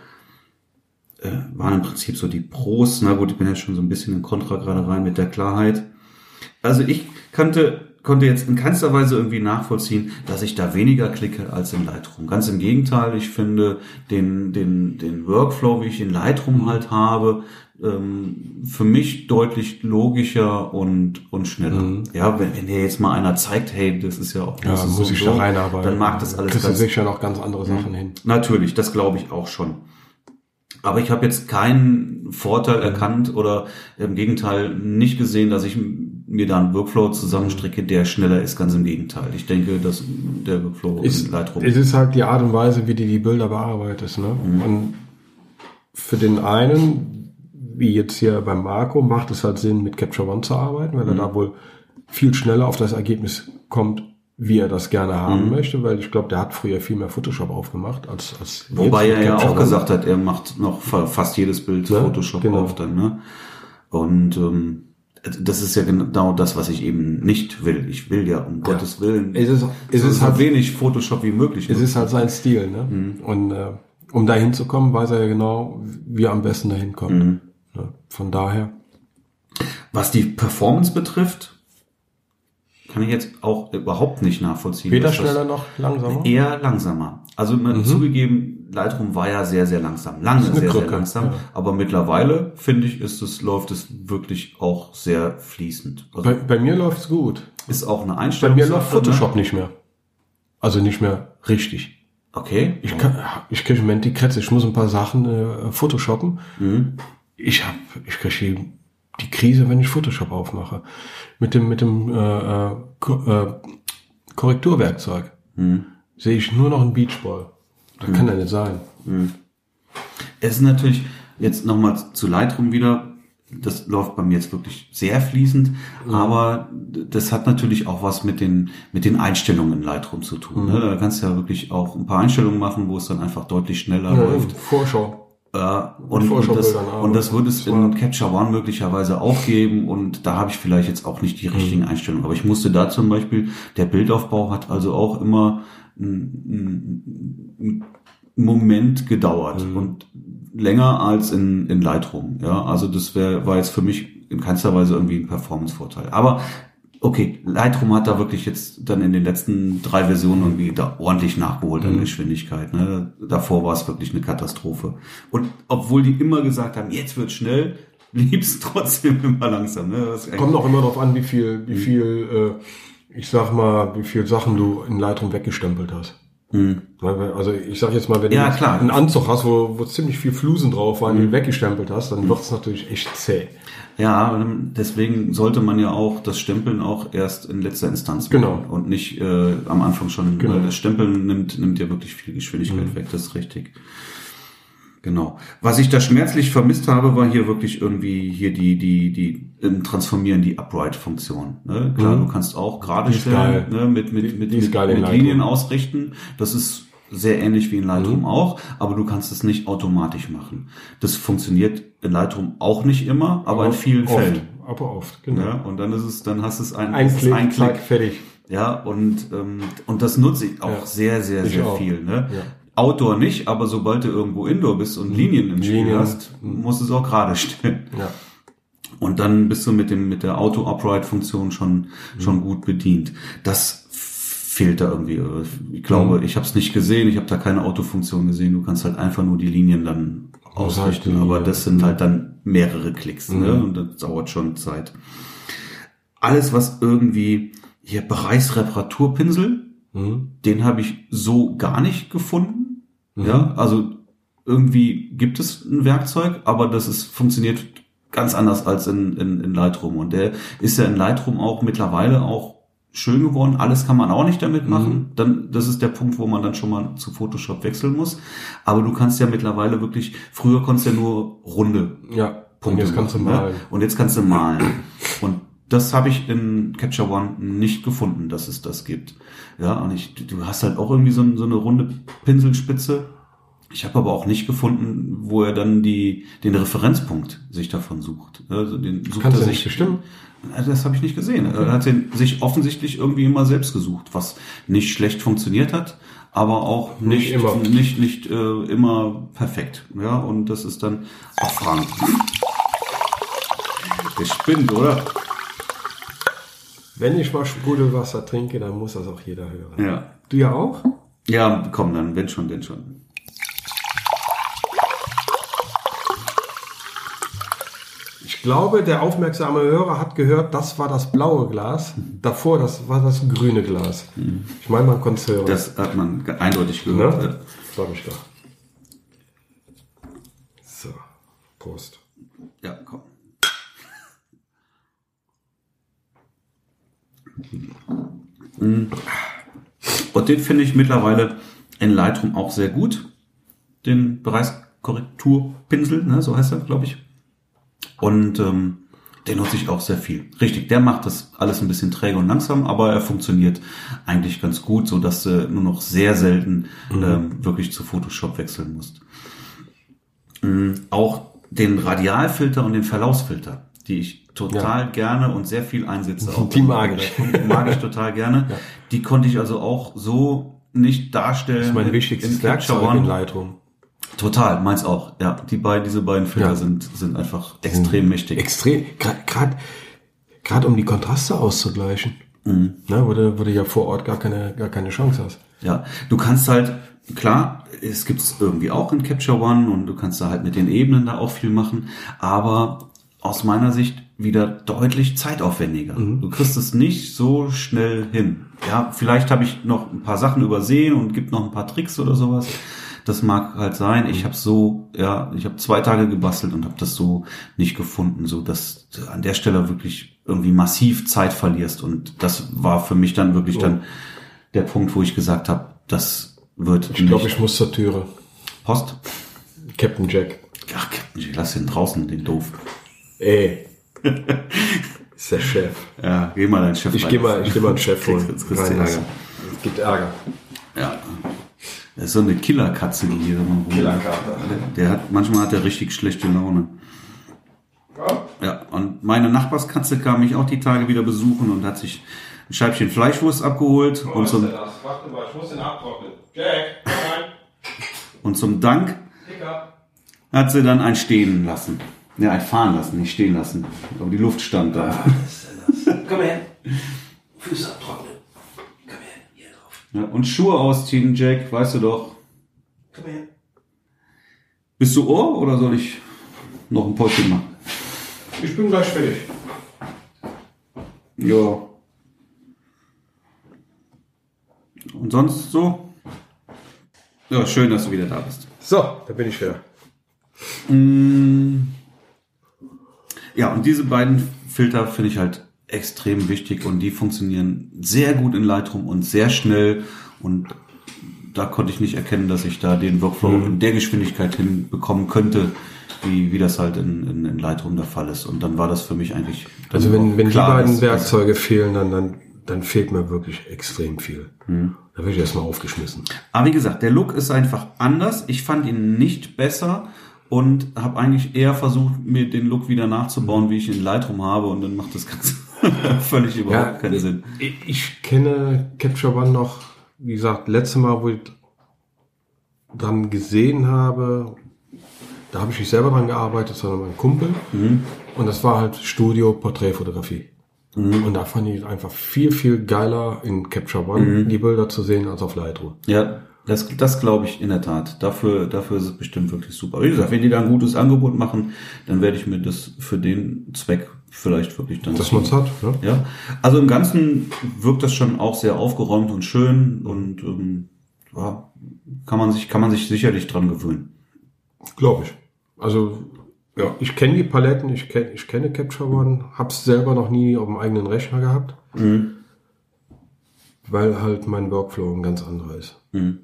A: äh, waren im Prinzip so die Pros. Na gut, ich bin jetzt schon so ein bisschen in Kontra gerade rein mit der Klarheit. Also ich kannte, konnte jetzt in keinster Weise irgendwie nachvollziehen, dass ich da weniger klicke als in Lightroom. Ganz im Gegenteil, ich finde den, den, den Workflow, wie ich in Lightroom halt habe, ähm, für mich deutlich logischer und, und schneller. Ja, wenn, wenn dir jetzt mal einer zeigt, hey, das ist ja auch
B: Mhm. ja,
A: das ist
B: muss
A: so
B: ich
A: und
B: da
A: so,
B: reinarbeiten.
A: Dann mag das alles
B: Kriegst du
A: ganz Mhm.
B: sicher noch ganz andere Sachen hin.
A: Natürlich, das glaube ich auch schon. Aber ich habe jetzt keinen Vorteil
B: Mhm.
A: erkannt oder im Gegenteil nicht gesehen, dass ich m- mir da einen Workflow zusammenstricke, der schneller ist. Ganz im Gegenteil. Ich denke, dass der Workflow
B: ist,
A: in Lightroom.
B: es ist halt die Art und Weise, wie du die Bilder bearbeitest. Ne?
A: Mhm.
B: Und für den einen, wie jetzt hier beim Marco, macht es halt Sinn, mit Capture One zu arbeiten,
A: Mhm.
B: weil er da wohl viel schneller auf das Ergebnis kommt, wie er das gerne
A: Mhm.
B: haben möchte, weil ich glaube, der hat früher viel mehr Photoshop aufgemacht als, als jetzt
A: Wobei
B: mit
A: er ja
B: Capture
A: auch
B: One.
A: gesagt hat, er macht noch fa- fast jedes Bild
B: Ja,
A: Photoshop
B: genau.
A: auf dann, ne? Und ähm, das ist ja genau das, was ich eben nicht will. Ich will ja um Gottes Willen
B: Es ist, es
A: so-
B: ist
A: so
B: halt
A: wenig Photoshop wie möglich.
B: Es ist halt sein Stil, ne?
A: Mhm.
B: Und äh, um dahin zu kommen, weiß er ja genau, wie er am besten dahin kommt.
A: Mhm.
B: Ne? Von daher.
A: Was die Performance betrifft, kann ich jetzt auch überhaupt nicht nachvollziehen.
B: Weder
A: dass das-
B: schneller noch langsamer. Mhm.
A: Eher langsamer. Also mal zugegeben, Lightroom war ja sehr, sehr langsam. Lange
B: Ist eine
A: sehr, sehr
B: Krücke,
A: langsam.
B: ja.
A: Aber mittlerweile, finde ich, ist es, läuft es wirklich auch sehr fließend. Also
B: Bei, bei mir läuft's gut.
A: ist auch eine ne?
B: Bei
A: Einstellung.
B: mir läuft Photoshop nicht mehr. Also nicht mehr richtig.
A: Okay.
B: Ich, kann, ich kriege im Moment die Kretze. Ich muss ein paar Sachen äh, Photoshoppen.
A: Mhm.
B: Ich hab, ich kriege die- die Krise, wenn ich Photoshop aufmache. Mit dem, mit dem äh, äh, Ko- äh, Korrekturwerkzeug
A: Mhm.
B: sehe ich nur noch einen Beachball. Das kann ja nicht sein.
A: Es ist natürlich jetzt nochmal zu Lightroom wieder. Das läuft bei mir jetzt wirklich sehr fließend, aber das hat natürlich auch was mit den, mit den Einstellungen in Lightroom zu tun. Ne? Da kannst du ja wirklich auch ein paar Einstellungen machen, wo es dann einfach deutlich schneller läuft.
B: Vorschau.
A: Ja, und, und,
B: Vorschau
A: das,
B: Bildern, aber
A: und das würde es
B: ne? das war-
A: in Capture One möglicherweise auch geben und da habe ich vielleicht jetzt auch nicht die richtigen
B: Mhm.
A: Einstellungen. Aber ich musste da zum Beispiel, der Bildaufbau hat also auch immer einen Moment gedauert
B: Mhm.
A: und länger als in, in Lightroom. Ja, also das wäre war jetzt für mich in keinster Weise irgendwie ein Performance-Vorteil. Aber okay, Lightroom hat da wirklich jetzt dann in den letzten drei Versionen irgendwie da ordentlich nachgeholt an
B: Mhm.
A: Geschwindigkeit. Ne? Davor war es wirklich eine Katastrophe. Und obwohl die immer gesagt haben, jetzt wird schnell, lieb's trotzdem immer langsam. Ne? Was eigentlich-
B: Kommt auch immer darauf an, wie viel,
A: Mhm.
B: wie viel, äh, ich sag mal, wie viel Sachen du in Lightroom weggestempelt hast.
A: Mhm.
B: Ne, wenn- Also ich sag jetzt mal, wenn
A: Ja,
B: du jetzt
A: klar. Mhm.
B: einen Anzug hast, wo, wo ziemlich viel Flusen drauf waren, die du weggestempelt hast, dann wird es natürlich echt zäh.
A: Ja, ähm, deswegen sollte man ja auch das Stempeln auch erst in letzter Instanz
B: Genau.
A: und nicht äh, am Anfang schon.
B: Genau. Mhm.
A: Weil das Stempeln nimmt, nimmt ja wirklich viel Geschwindigkeit weg, das ist richtig. Genau. Was ich da schmerzlich vermisst habe, war hier wirklich irgendwie hier die, die, die ähm, transformieren, die Upright-Funktion. Ne? Klar,
B: Mhm.
A: du kannst auch gerade
B: Die ist
A: stellen,
B: geil.
A: ne? mit, mit,
B: Die-
A: mit,
B: die ist
A: mit,
B: geil in
A: mit
B: Lightroom.
A: Linien ausrichten. Das ist sehr ähnlich wie in Lightroom
B: Mhm.
A: auch, aber du kannst es nicht automatisch machen. Das funktioniert in Lightroom auch nicht immer, aber in vielen
B: oft,
A: Fällen.
B: Aber oft, genau.
A: Ja, und dann ist es, dann hast es ein,
B: Ein,
A: es ist
B: Klick,
A: ein
B: Klick,
A: Klick.
B: fertig.
A: Ja, und, ähm, und das nutze ich auch
B: Ja.
A: sehr, sehr,
B: Ich
A: sehr
B: auch.
A: viel. Ne?
B: Ja. Mhm.
A: Outdoor nicht, aber sobald du irgendwo Indoor bist und Linien im Spiel
B: Linien. Mhm.
A: hast, musst du es auch gerade stellen.
B: Ja.
A: Und dann bist du mit dem, mit der Auto-Upright-Funktion schon,
B: Mhm.
A: schon gut bedient. Das fehlt da irgendwie. Ich glaube,
B: Mhm.
A: ich habe es nicht gesehen, ich habe da keine Autofunktion gesehen. Du kannst halt einfach nur die Linien dann
B: Muss
A: ausrichten.
B: halt die-
A: Aber das sind halt dann mehrere Klicks, ne?
B: Mhm.
A: Und das dauert schon Zeit. Alles, was irgendwie hier Bereichsreparaturpinsel,
B: Mhm.
A: den habe ich so gar nicht gefunden.
B: Mhm.
A: Ja, also irgendwie gibt es ein Werkzeug, aber das ist, funktioniert ganz anders als in, in, in Lightroom. Und der ist ja in Lightroom auch mittlerweile auch schön geworden. Alles kann man auch nicht damit machen. Dann, das ist der Punkt, wo man dann schon mal zu Photoshop wechseln muss. Aber du kannst ja mittlerweile wirklich, früher konntest du ja nur runde
B: Ja. Und
A: Punkte
B: jetzt kannst du
A: machen, ne?
B: mal.
A: Und jetzt kannst du malen. Und das habe ich in Capture One nicht gefunden, dass es das gibt. Ja, und ich, du hast halt auch irgendwie so, ein- so eine runde Pinselspitze. Ich habe aber auch nicht gefunden, wo er dann die, den Referenzpunkt sich davon sucht. Also den sucht
B: Kannst
A: er
B: du nicht
A: sich.
B: bestimmen?
A: Also das habe ich nicht gesehen. Er hat den sich offensichtlich irgendwie immer selbst gesucht, was nicht schlecht funktioniert hat, aber auch nicht
B: Nicht immer.
A: nicht, nicht äh, immer perfekt. Ja, und das ist dann auch Frank. Der spinnt, oder?
B: Wenn ich mal Sprudelwasser trinke, dann muss das auch jeder hören.
A: Ja.
B: Du ja auch?
A: Ja, komm dann, wenn schon, denn schon.
B: Ich glaube, der aufmerksame Hörer hat gehört, das war das blaue Glas. Davor, das war das grüne Glas. Ich meine, man konnte es hören.
A: Das hat man ge- eindeutig gehört.
B: ne? Glaube ich doch. So, Prost.
A: Ja, komm. Mm. Und den finde ich mittlerweile in Lightroom auch sehr gut. Den Bereichskorrekturpinsel, ne, so heißt er, glaube ich. Und ähm, den nutze ich auch sehr viel. Richtig, der macht das alles ein bisschen träge und langsam, aber er funktioniert eigentlich ganz gut, so dass du nur noch sehr selten ähm, wirklich zu Photoshop wechseln musst Mm, auch den Radialfilter und den Verlaufsfilter, die ich total gerne und sehr viel einsetze. Auch
B: Die mag ich.
A: Die mag ich total gerne. Die konnte ich also auch so nicht darstellen.
B: Das ist mein
A: in-
B: wichtigstes
A: in Capture
B: Werkzeug
A: One.
B: in Lightroom.
A: Total, meins auch. Ja, die beiden, diese beiden Filter
B: Ja.
A: sind, sind einfach extrem mächtig.
B: Mhm. Extrem, gerade gerade um die Kontraste auszugleichen. Mhm. Ne, wo, du, wo du ja vor Ort gar keine, gar keine Chance hast.
A: Ja, du kannst halt, klar, es gibt es irgendwie auch in Capture One und du kannst da halt mit den Ebenen da auch viel machen, aber aus meiner Sicht wieder deutlich zeitaufwendiger. Du kriegst es nicht so schnell hin. Ja, vielleicht habe ich noch ein paar Sachen übersehen und gibt noch ein paar Tricks oder sowas. Das mag halt sein. Ich habe so, ja, ich habe zwei Tage gebastelt und habe das so nicht gefunden, so dass du an der Stelle wirklich irgendwie massiv Zeit verlierst. Und das war für mich dann wirklich dann der Punkt, wo ich gesagt habe, das wird
B: Ich glaube, ich muss zur Türe.
A: Post.
B: Captain Jack.
A: Ach, Captain, ich lass den draußen, den doof.
B: Ey. ist der Chef.
A: Ja, geh mal dein Chef.
B: Ich
A: rein.
B: gehe mal, ich geh mal einen Chef holen.
A: Kriegst- jetzt kriegst
B: Rein
A: du
B: Ärger. Es gibt Ärger.
A: Ja. Das ist so eine Killerkatze, die hier immer rumläuft.
B: Killerkatze.
A: Der hat, manchmal hat er richtig schlechte Laune. Ja, und meine Nachbarskatze kam mich auch die Tage wieder besuchen und hat sich ein Scheibchen Fleischwurst abgeholt und zum,
C: Warte mal, ich muss den abtrocknen. Jack, komm rein.
A: und zum Dank
C: Dicker.
A: hat sie dann ein stehen lassen. Ja, ein fahren lassen, nicht stehen lassen. Aber die Luft stand da.
C: Komm her.
B: Füße abtrocknen. Komm her, hier drauf.
A: Ja, und Schuhe ausziehen, Jack, weißt du doch.
B: Komm her.
A: Bist du Ohr oder soll ich noch ein Päuschen machen?
B: Ich bin gleich fertig.
A: Ja. Und sonst so? Ja, schön, dass du wieder da bist.
B: So, da bin ich wieder.
A: Ja, und diese beiden Filter finde ich halt extrem wichtig und die funktionieren sehr gut in Lightroom und sehr schnell und da konnte ich nicht erkennen, dass ich da den Workflow
B: Mhm.
A: in der Geschwindigkeit hinbekommen könnte, wie, wie das halt in, in, in Lightroom der Fall ist. Und dann war das für mich eigentlich dann
B: Also
A: auch
B: wenn, wenn
A: klar,
B: die beiden
A: dass-
B: Werkzeuge fehlen, dann, dann, dann fehlt mir wirklich extrem viel. Da werde ich erstmal aufgeschmissen.
A: Aber wie gesagt, der Look ist einfach anders. Ich fand ihn nicht besser und habe eigentlich eher versucht, mir den Look wieder nachzubauen, wie ich ihn in Lightroom habe. Und dann macht das Ganze völlig überhaupt keinen Sinn.
B: Ich, ich kenne Capture One noch, wie gesagt, letztes Mal, wo ich dran gesehen habe, da habe ich nicht selber dran gearbeitet, sondern mein Kumpel.
A: Mhm.
B: Und das war halt Studio Porträtfotografie.
A: Mhm.
B: Und da fand ich es einfach viel, viel geiler in Capture One
A: Mhm.
B: die Bilder zu sehen als auf Lightroom.
A: Ja, das, das glaube ich in der Tat. Dafür, dafür ist es bestimmt wirklich super. Wie gesagt, wenn die da ein gutes Angebot machen, dann werde ich mir das für den Zweck vielleicht wirklich dann
B: Dass man es hat. Ne?
A: Ja, also im Ganzen wirkt das schon auch sehr aufgeräumt und schön und ähm, ja, kann man sich kann man sich sicherlich dran gewöhnen.
B: Glaube ich. Also, ja, ich kenne die Paletten, ich kenne ich kenne Capture One, hab's selber noch nie auf dem eigenen Rechner gehabt, weil halt mein Workflow ein ganz anderer ist.
A: Mhm.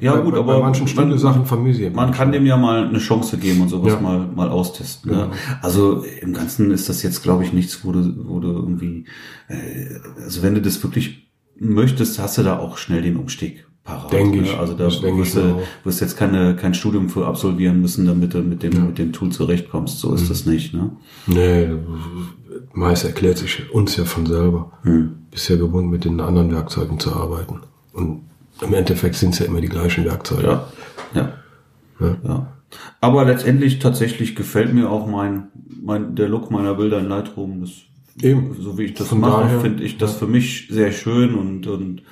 A: Ja
B: Ne? bei,
A: gut,
B: bei,
A: aber
B: bei manchen Studiosachen vermisse ich
A: Man kann dem ja mal eine Chance geben und sowas
B: Ja. Genau.
A: mal, mal austesten. Ne? Also im Ganzen ist das jetzt, glaube ich, nichts, wo du, wo du irgendwie, äh, also wenn du das wirklich möchtest, hast du da auch schnell den Umstieg parat.
B: Denke ich.
A: Ne? Also da
B: Das denke ich
A: wirst du
B: auch.
A: wirst jetzt keine, kein Studium für absolvieren müssen, damit du mit dem, mit dem Tool zurechtkommst. So ist
B: Mhm.
A: das nicht. Ne?
B: Nee, meist erklärt sich uns ja von selber.
A: Hm.
B: Bisher gewohnt, mit den anderen Werkzeugen zu arbeiten. Und im Endeffekt sind es ja immer die gleichen Werkzeuge.
A: Ja. Ja. ja. Aber letztendlich tatsächlich gefällt mir auch mein, mein der Look meiner Bilder in Lightroom. Das,
B: Eben.
A: So wie ich das
B: Von
A: mache,
B: daher-
A: finde ich das für mich sehr schön und, und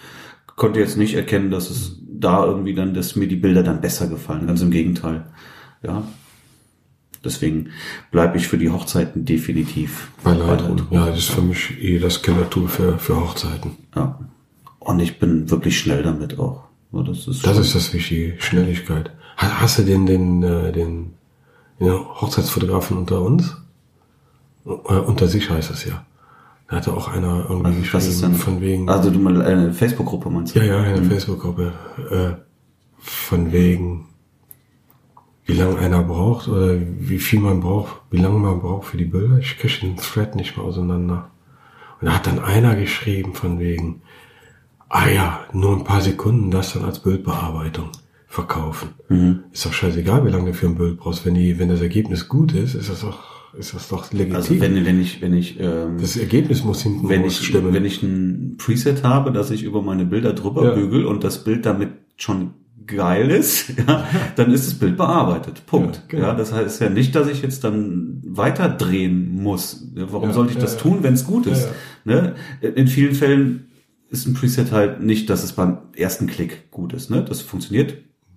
A: konnte jetzt nicht erkennen, dass es da irgendwie dann, dass mir die Bilder dann besser gefallen. Ganz im Gegenteil. Ja. Deswegen bleibe ich für die Hochzeiten definitiv
B: Bei Lightroom.
A: Lightroom.
B: Ja, das ist für mich eh das Killer-Tool für, für Hochzeiten.
A: Ja. Und ich bin wirklich schnell damit auch. So, Das ist,
B: Das
A: schon-
B: ist das Wichtige, Schnelligkeit. Ha- Hast du den, den, äh, den, den Hochzeitsfotografen unter uns? Äh, unter sich heißt das ja. Da hatte auch einer irgendwie
A: was ist denn?
B: von wegen.
A: also du mal eine Facebook-Gruppe meinst du?
B: ja, ja, in der Facebook-Gruppe. Äh, von wegen, wie lange einer braucht oder wie viel man braucht, wie lange man braucht für die Bilder. Ich kriege den Thread nicht mehr auseinander. Und da hat dann einer geschrieben von wegen, ah ja, nur ein paar Sekunden das dann als Bildbearbeitung verkaufen.
A: Mhm.
B: Ist doch scheißegal, wie lange du für ein Bild brauchst. Wenn, die, wenn das Ergebnis gut ist, ist das doch, ist das doch legitim.
A: Also wenn, wenn ich, wenn ich, ähm,
B: das Ergebnis muss hinten
A: wenn
B: raus
A: ich, wenn ich ein Preset habe, dass ich über meine Bilder drüber
B: Ja.
A: bügel und das Bild damit schon geil ist, ja, dann ist das Bild bearbeitet. Punkt. Ja,
B: Ja, genau.
A: das heißt ja nicht, dass ich jetzt dann weiterdrehen muss. Ja, Warum
B: Ja,
A: sollte ich
B: ja,
A: das
B: ja.
A: tun, wenn es gut
B: Ja,
A: ist? Ne? In vielen Fällen ist ein Preset halt nicht, dass es beim ersten Klick gut ist. Ne? Das funktioniert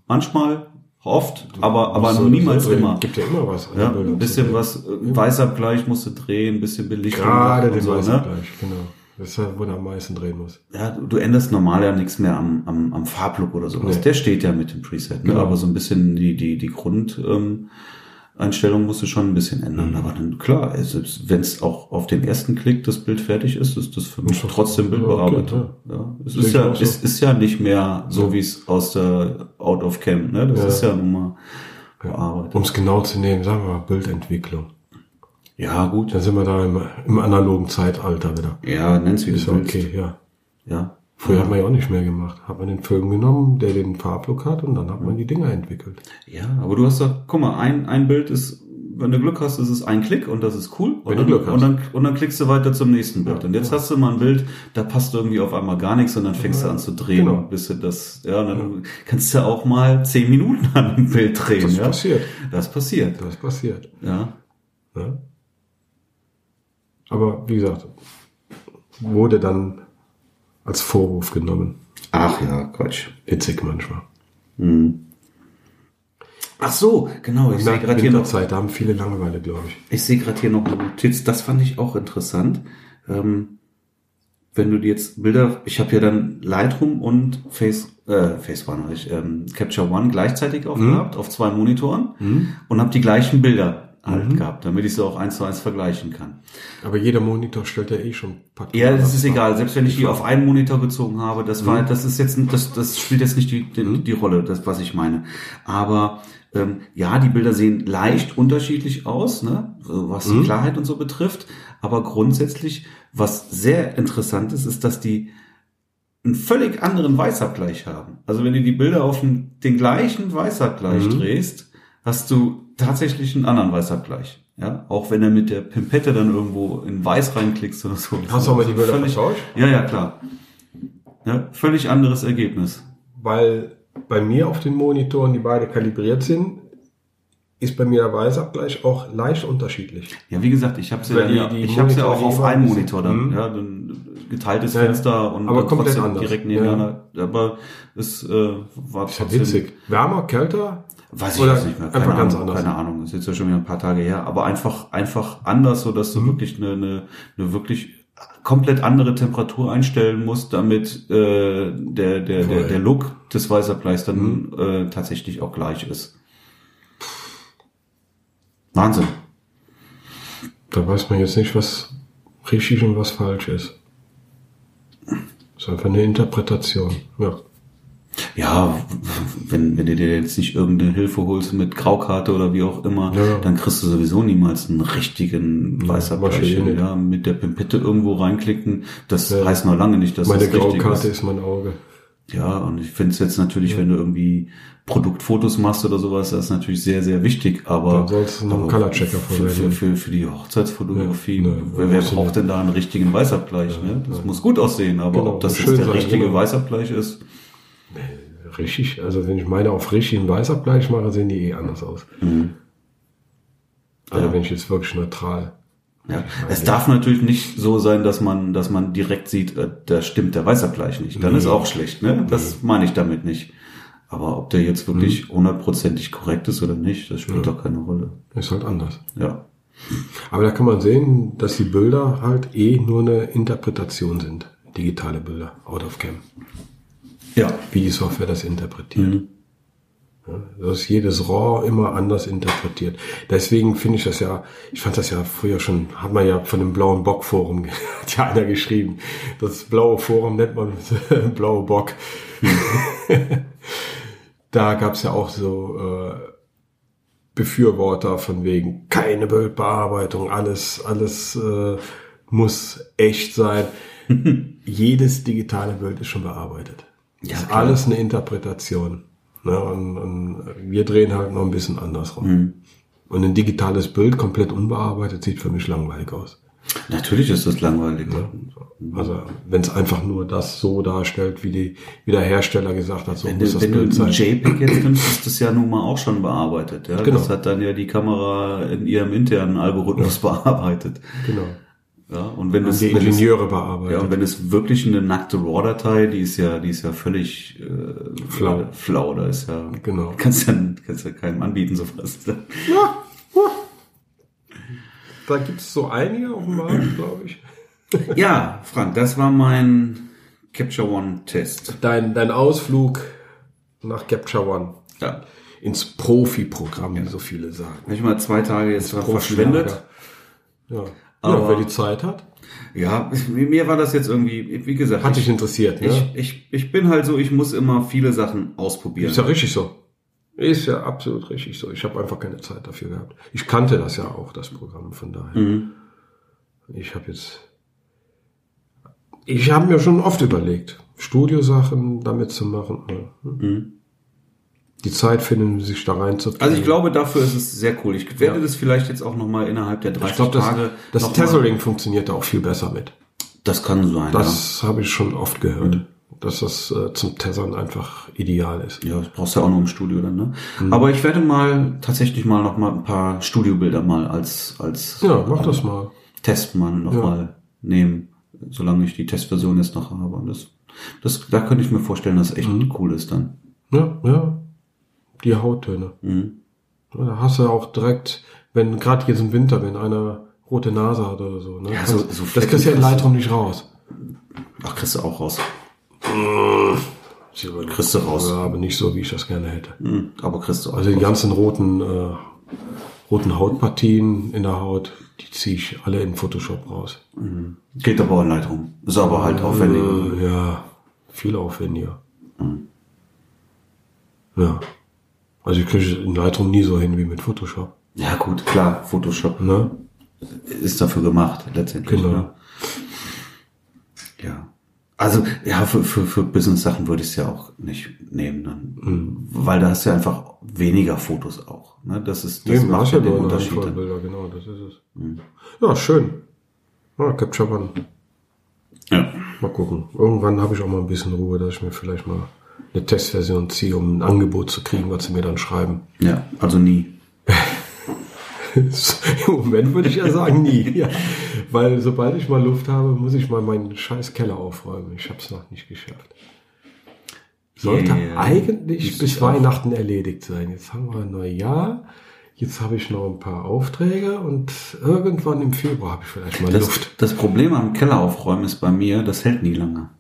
A: manchmal, oft, aber, aber
B: So-
A: niemals
B: so-
A: immer.
B: Gibt ja immer was. an
A: Ja,
B: den Bildern
A: ein
B: zu
A: bisschen
B: sehen.
A: was, äh, Weißabgleich musst du drehen, ein bisschen Belichtung.
B: Gerade
A: und
B: den
A: so,
B: weißen
A: ne?
B: Fleisch, genau. Das ist halt, wo du am meisten drehen musst.
A: Ja, du, du änderst normal ja nichts mehr am, am, am Farblook oder sowas.
B: Nee.
A: Der steht ja mit dem Preset, ne?
B: Genau.
A: aber so ein bisschen die, die, die Grundeinstellung ähm, Einstellung musst du schon ein bisschen
B: Mhm.
A: ändern. Aber dann klar, wenn es auch auf den ersten Klick das Bild fertig ist, ist das für mich
B: Ist doch-
A: trotzdem
B: ja,
A: Bildbearbeitung.
B: okay,
A: ja. Es
B: Sehe
A: ist
B: ich
A: ja,
B: auch so.
A: es ist ja nicht mehr so,
B: Ja.
A: wie es aus der Out of Cam, ne? Das
B: Ja.
A: ist ja nun mal
B: Ja.
A: bearbeitet.
B: Um es genau zu nehmen, sagen wir mal Bildentwicklung.
A: Ja, gut.
B: Dann sind wir da im, im analogen Zeitalter wieder.
A: Ja, nenn's wie
B: Ist
A: du
B: ja
A: willst.
B: okay, ja.
A: Ja.
B: Früher hat man ja auch nicht mehr gemacht. Hat man den Film genommen, der den Farblook hat und dann hat man die Dinger entwickelt.
A: Ja, aber du hast doch, guck mal, ein, ein Bild ist, wenn du Glück hast, ist es ein Klick und das ist cool. und
B: Wenn du
A: dann,
B: Glück hast.
A: Und dann, und dann klickst du weiter zum nächsten Bild.
B: Ja,
A: und jetzt hast du mal ein Bild, da passt irgendwie auf einmal gar nichts und dann fängst du
B: Ja,
A: an zu drehen.
B: genau.
A: Bis du das, ja, und dann kannst du auch mal zehn Minuten an einem Bild drehen.
B: Das
A: ja?
B: passiert.
A: Das passiert,
B: Das passiert.
A: ja.
B: Ne? Aber wie gesagt, wurde dann als Vorwurf genommen.
A: Ach ja, Quatsch.
B: Witzig manchmal.
A: Mhm. Ach so, genau. Ich sehe
B: Nach
A: gerade hier noch
B: Winterzeit, da haben viele Langeweile, glaube ich.
A: Ich sehe gerade hier noch eine Notiz, das fand ich auch interessant. Ähm, wenn du dir jetzt Bilder, ich habe ja dann Lightroom und Face, äh, Face One, hab ich, ähm, Capture One gleichzeitig aufgehabt, auf zwei Monitoren und habe die gleichen Bilder halt gehabt, damit ich sie auch eins zu eins vergleichen kann.
B: Aber jeder Monitor stellt ja Mhm. eh schon
A: Ja, das ist egal, selbst wenn ich die auf einen Monitor gezogen habe, das war, das ist jetzt, das, das spielt jetzt nicht die,
B: Mhm.
A: die, die Rolle, das, was ich meine. Aber ähm, ja, die Bilder sehen leicht unterschiedlich aus, ne? so was
B: Mhm.
A: Klarheit und so betrifft. Aber grundsätzlich, was sehr interessant ist, ist, dass die einen völlig anderen Weißabgleich haben. Also wenn du die Bilder auf den, den gleichen Weißabgleich
B: Mhm.
A: drehst, hast du tatsächlich einen anderen Weißabgleich. Ja, auch wenn er mit der Pimpette dann irgendwo in Weiß reinklickst oder so.
B: Hast du aber die Bilder
A: Also völlig,
B: vertauscht?
A: Ja, ja, klar. Ja, völlig anderes Ergebnis.
B: Weil bei mir auf den Monitoren, die beide kalibriert sind, ist bei mir der Weißabgleich auch leicht unterschiedlich.
A: Ja, wie gesagt, ich habe ja,
B: Weil
A: dann
B: die-
A: ja,
B: die
A: ich hab's ja
B: Monitore
A: auch auf
B: jeweils-
A: einen Monitor dann,
B: Mhm.
A: ja, dann geteiltes
B: Ja, ja.
A: Fenster und
B: Aber
A: dann
B: komplett anders.
A: direkt
B: Ja, ja.
A: nebeneinander. Aber es äh, war
B: Ist ja witzig. Wärmer, kälter?
A: Weiß ich
B: Oder
A: jetzt nicht mehr. Keine
B: einfach
A: Ahnung,
B: ganz anders.
A: Keine Ahnung. Ist jetzt ja schon wieder ein paar Tage her. Aber einfach, einfach anders, so
B: Mhm.
A: dass du wirklich eine, eine, eine wirklich komplett andere Temperatur einstellen musst, damit äh, der, der, der,
B: Voll. Mhm.
A: der Look des Weißabgleichs dann äh, tatsächlich auch gleich ist. Wahnsinn.
B: Da weiß man jetzt nicht, was richtig und was falsch ist. Ist einfach eine Interpretation. Ja.
A: Ja, wenn, wenn du dir jetzt nicht irgendeine Hilfe holst mit Graukarte oder wie auch immer,
B: Ja.
A: dann kriegst du sowieso niemals einen richtigen Weißabgleich.
B: wahrscheinlich
A: hin,
B: nicht.
A: Ja, mit der Pimpette irgendwo reinklicken, das
B: Ja.
A: heißt noch lange nicht, dass
B: Meine
A: das richtig
B: Graukarte
A: ist.
B: ist mein Auge.
A: Ja, und ich finde es jetzt natürlich, wenn du irgendwie Produktfotos machst oder sowas, das ist natürlich sehr, sehr wichtig, aber
B: Dann sollst du noch einen
A: aber
B: Color-Checker
A: für, für,
B: verwenden.
A: für, für die Hochzeitsfotografie,
B: Ja, ne,
A: wer, wer
B: absolut.
A: braucht denn da einen richtigen Weißabgleich? ne? Das muss gut aussehen, aber
B: Genau,
A: ob das
B: muss
A: jetzt
B: schön
A: der
B: sein,
A: richtige
B: genau.
A: Weißabgleich ist,
B: Richtig, also wenn ich meine auf richtigen Weißabgleich mache, sehen die eh anders aus. Also
A: Ja.
B: wenn ich jetzt wirklich neutral.
A: Ja, es darf natürlich nicht so sein, dass man, dass man direkt sieht, äh, da stimmt der Weißabgleich nicht. Dann
B: Nee.
A: ist auch schlecht, ne? Das meine ich damit nicht. Aber ob der jetzt
B: Hm.
A: wirklich hundertprozentig korrekt ist oder nicht, das spielt doch keine Rolle.
B: Ist halt anders.
A: Ja.
B: Aber da kann man sehen, dass die Bilder halt eh nur eine Interpretation sind. Digitale Bilder, out of cam.
A: Ja.
B: Wie die Software das interpretiert. Ja, Das ist jedes RAW immer anders interpretiert. Deswegen finde ich das ja, ich fand das ja früher schon, hat man ja von dem blauen Bock Forum, hat ja einer geschrieben. Das blaue Forum nennt man blaue Bock. da gab es ja auch so äh, Befürworter von wegen keine Bildbearbeitung, alles, alles äh, muss echt sein. Jedes digitale Bild ist schon bearbeitet.
A: Ja,
B: ist
A: klar.
B: alles eine Interpretation. Ne? Und, und wir drehen halt noch ein bisschen andersrum.
A: Mhm.
B: Und ein digitales Bild komplett unbearbeitet sieht für mich langweilig aus.
A: Natürlich ist das langweilig. Mhm.
B: Also wenn es einfach nur das so darstellt, wie, die, wie der Hersteller gesagt hat, so
A: Wenn
B: muss
A: du,
B: das
A: wenn du
B: Bild
A: ein
B: sein.
A: JPEG jetzt nimmst, ist das ja nun mal auch schon bearbeitet. Ja?
B: Genau.
A: Das hat dann ja die Kamera in ihrem internen Algorithmus bearbeitet.
B: Genau.
A: Ja? Und wenn das,
B: Die
A: wenn das
B: Ingenieure
A: Ja, und
B: bearbeitet.
A: wenn es wirklich eine nackte RAW-Datei, die ist ja, die ist ja völlig äh,
B: Flau.
A: flau, da ist ja.
B: Genau.
A: Kannst ja, kannst ja keinem anbieten, sowas.
B: Da gibt es so einige auf dem Markt, glaube ich.
A: ja, Frank, das war mein Capture One-Test.
B: Dein, dein Ausflug nach Capture One
A: Ja.
B: ins Profi-Programm, wie so viele sagen.
A: Habe ich mal zwei Tage jetzt dran verschwendet.
B: Ja. ja,
A: Aber-
B: wer die Zeit hat,
A: Ja, mir war das jetzt irgendwie, wie gesagt,
B: hat
A: ich,
B: dich interessiert.
A: ich,
B: Ne?
A: ich, ich bin halt so, ich muss immer viele Sachen ausprobieren.
B: Ist ja richtig so. Ist ja absolut richtig so. Ich habe einfach keine Zeit dafür gehabt. Ich kannte das ja auch, das Programm, von daher.
A: Mhm.
B: Ich habe jetzt. Ich habe mir schon oft überlegt, Studiosachen damit zu machen. aber, hm,
A: Mhm.
B: Die Zeit finden, sich da reinzubringen.
A: Also ich glaube, dafür ist es sehr cool. Ich werde
B: Ja.
A: das vielleicht jetzt auch nochmal innerhalb der 30
B: Ich glaube, das,
A: Tage.
B: das
A: noch Mal,
B: Tethering funktioniert da auch viel besser mit.
A: das kann sein.
B: Das habe ich schon oft gehört,
A: Mhm.
B: dass das äh, zum Tethern einfach ideal ist.
A: Ja, das brauchst du ja auch noch im Studio dann, ne?
B: Mhm.
A: Aber ich werde mal tatsächlich mal noch mal ein paar Studiobilder mal als als
B: Ja, mach das mal.
A: Test mal noch
B: Ja.
A: mal nehmen. solange ich die Testversion jetzt noch habe. Und das, das, da könnte ich mir vorstellen, dass es echt
B: Mhm.
A: cool ist dann.
B: Ja, ja. Die Hauttöne.
A: Mhm.
B: Ja, Da hast du auch direkt, wenn gerade jetzt im Winter, wenn einer rote Nase hat oder so. Ne?
A: Ja,
B: Kannst-
A: so- so
B: das
A: Flecken
B: kriegst du ja in
A: kriegst du-
B: Lightroom nicht raus.
A: Ach, kriegst du auch raus.
B: Kriegst
A: Kriegst du raus.
B: Ja, aber nicht so, wie ich das gerne hätte.
A: Mhm. Aber kriegst du auch
B: Also die
A: raus.
B: ganzen roten, äh, roten Hautpartien in der Haut, die ziehe ich alle in Photoshop raus.
A: Geht aber auch in Lightroom. Ist aber halt aufwendig.
B: Äh, ja, viel aufwendiger. Ja. Also ich kriege es in Lightroom nie so hin wie mit Photoshop.
A: Ja gut, klar, Photoshop
B: Ne?
A: ist dafür gemacht, letztendlich.
B: Genau.
A: Ne? Ja. Also, ja, für, für, für Business-Sachen würde ich es ja auch nicht nehmen dann.
B: Mhm.
A: Weil da hast du ja einfach weniger Fotos auch. Ne? Das ist, das
B: Eben,
A: macht ja Hm. den
B: nur eine
A: Unterschied.
B: Handvoll
A: dann.
B: Bilder, genau, das ist es. Ja, schön. Ja, Capture One.
A: Ja.
B: Mal gucken. Irgendwann habe ich auch mal ein bisschen Ruhe, dass ich mir vielleicht mal eine Testversion ziehe, um ein Angebot zu kriegen, was sie mir dann schreiben.
A: ja, also nie.
B: Im Moment würde ich ja sagen, nie. Ja. Weil sobald ich mal Luft habe, muss ich mal meinen scheiß Keller aufräumen. Ich habe es noch nicht geschafft. Sollte
A: Yeah.
B: eigentlich
A: Muss
B: bis
A: ich auch.
B: Weihnachten erledigt sein. Jetzt haben wir Neujahr. Jetzt habe ich noch ein paar Aufträge und irgendwann im Februar habe ich vielleicht mal
A: Das,
B: Luft.
A: das Problem am Keller aufräumen ist bei mir, das hält nie lange.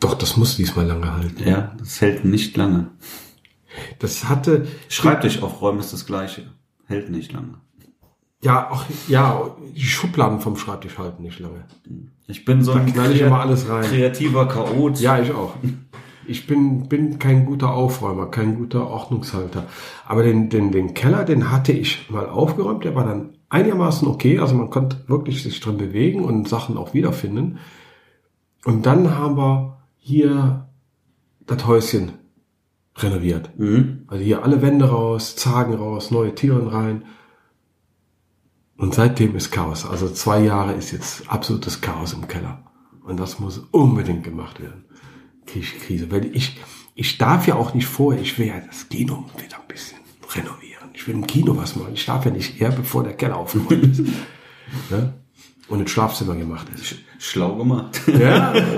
B: Doch, das muss diesmal lange halten.
A: Ja, das hält nicht lange.
B: Das hatte,
A: Schreibtisch aufräumen ist das Gleiche. Hält nicht lange.
B: ja, auch, ja, die Schubladen vom Schreibtisch halten nicht lange.
A: Ich bin so
B: Da
A: ein
B: knall ich
A: krea-
B: immer alles rein.
A: kreativer Chaot.
B: Ja, ich auch. Ich bin, bin kein guter Aufräumer, kein guter Ordnungshalter. Aber den, den, den Keller, den hatte ich mal aufgeräumt, der war dann einigermaßen okay. Also man konnte wirklich sich drin bewegen und Sachen auch wiederfinden. Und dann haben wir hier das Häuschen renoviert.
A: Mhm.
B: Also hier alle Wände raus, Zagen raus, neue Türen rein. Und seitdem ist Chaos. Also zwei Jahre ist jetzt absolutes Chaos im Keller. Und das muss unbedingt gemacht werden. Kriege ich Krise. Weil ich, ich darf ja auch nicht vorher, ich will ja das Kino wieder ein bisschen renovieren. Ich will im Kino was machen. Ich darf ja nicht her, bevor der Keller aufgeräumt ist. ne? Und das Schlafzimmer gemacht ist.
A: Schlau gemacht.
B: Ja.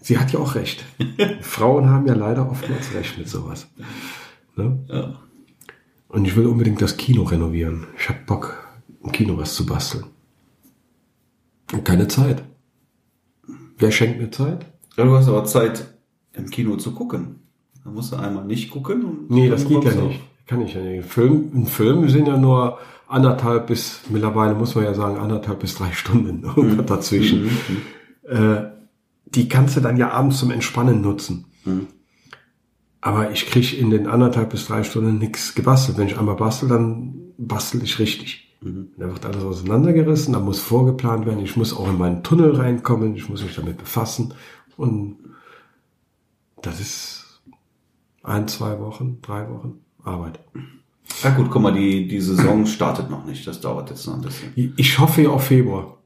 B: Sie hat ja auch recht. Frauen haben ja leider oftmals recht mit sowas. Ne?
A: Ja.
B: Und ich will unbedingt das Kino renovieren. Ich hab Bock, im Kino was zu basteln. Und keine Zeit. Wer schenkt mir Zeit?
A: Ja, du hast aber Zeit, im Kino zu gucken. Da musst du einmal nicht gucken. Und
B: Nee, das
A: dann
B: geht ja
A: kommst du
B: nicht. Kann ich ja nicht. Film, Ein Film sind ja nur anderthalb bis, mittlerweile muss man ja sagen, anderthalb bis drei Stunden irgendwas dazwischen. Äh, die kannst du dann ja abends zum Entspannen nutzen.
A: Mhm.
B: Aber ich krieg in den anderthalb bis drei Stunden nichts gebastelt. Wenn ich einmal bastel, dann bastel ich richtig.
A: Mhm.
B: Da wird alles auseinandergerissen, da muss vorgeplant werden, ich muss auch in meinen Tunnel reinkommen, ich muss mich damit befassen. Und das ist ein, zwei Wochen, drei Wochen Arbeit.
A: auf. Ja gut, guck mal, die, die Saison startet noch nicht. Das dauert jetzt noch ein bisschen.
B: Ich hoffe ja auf Februar,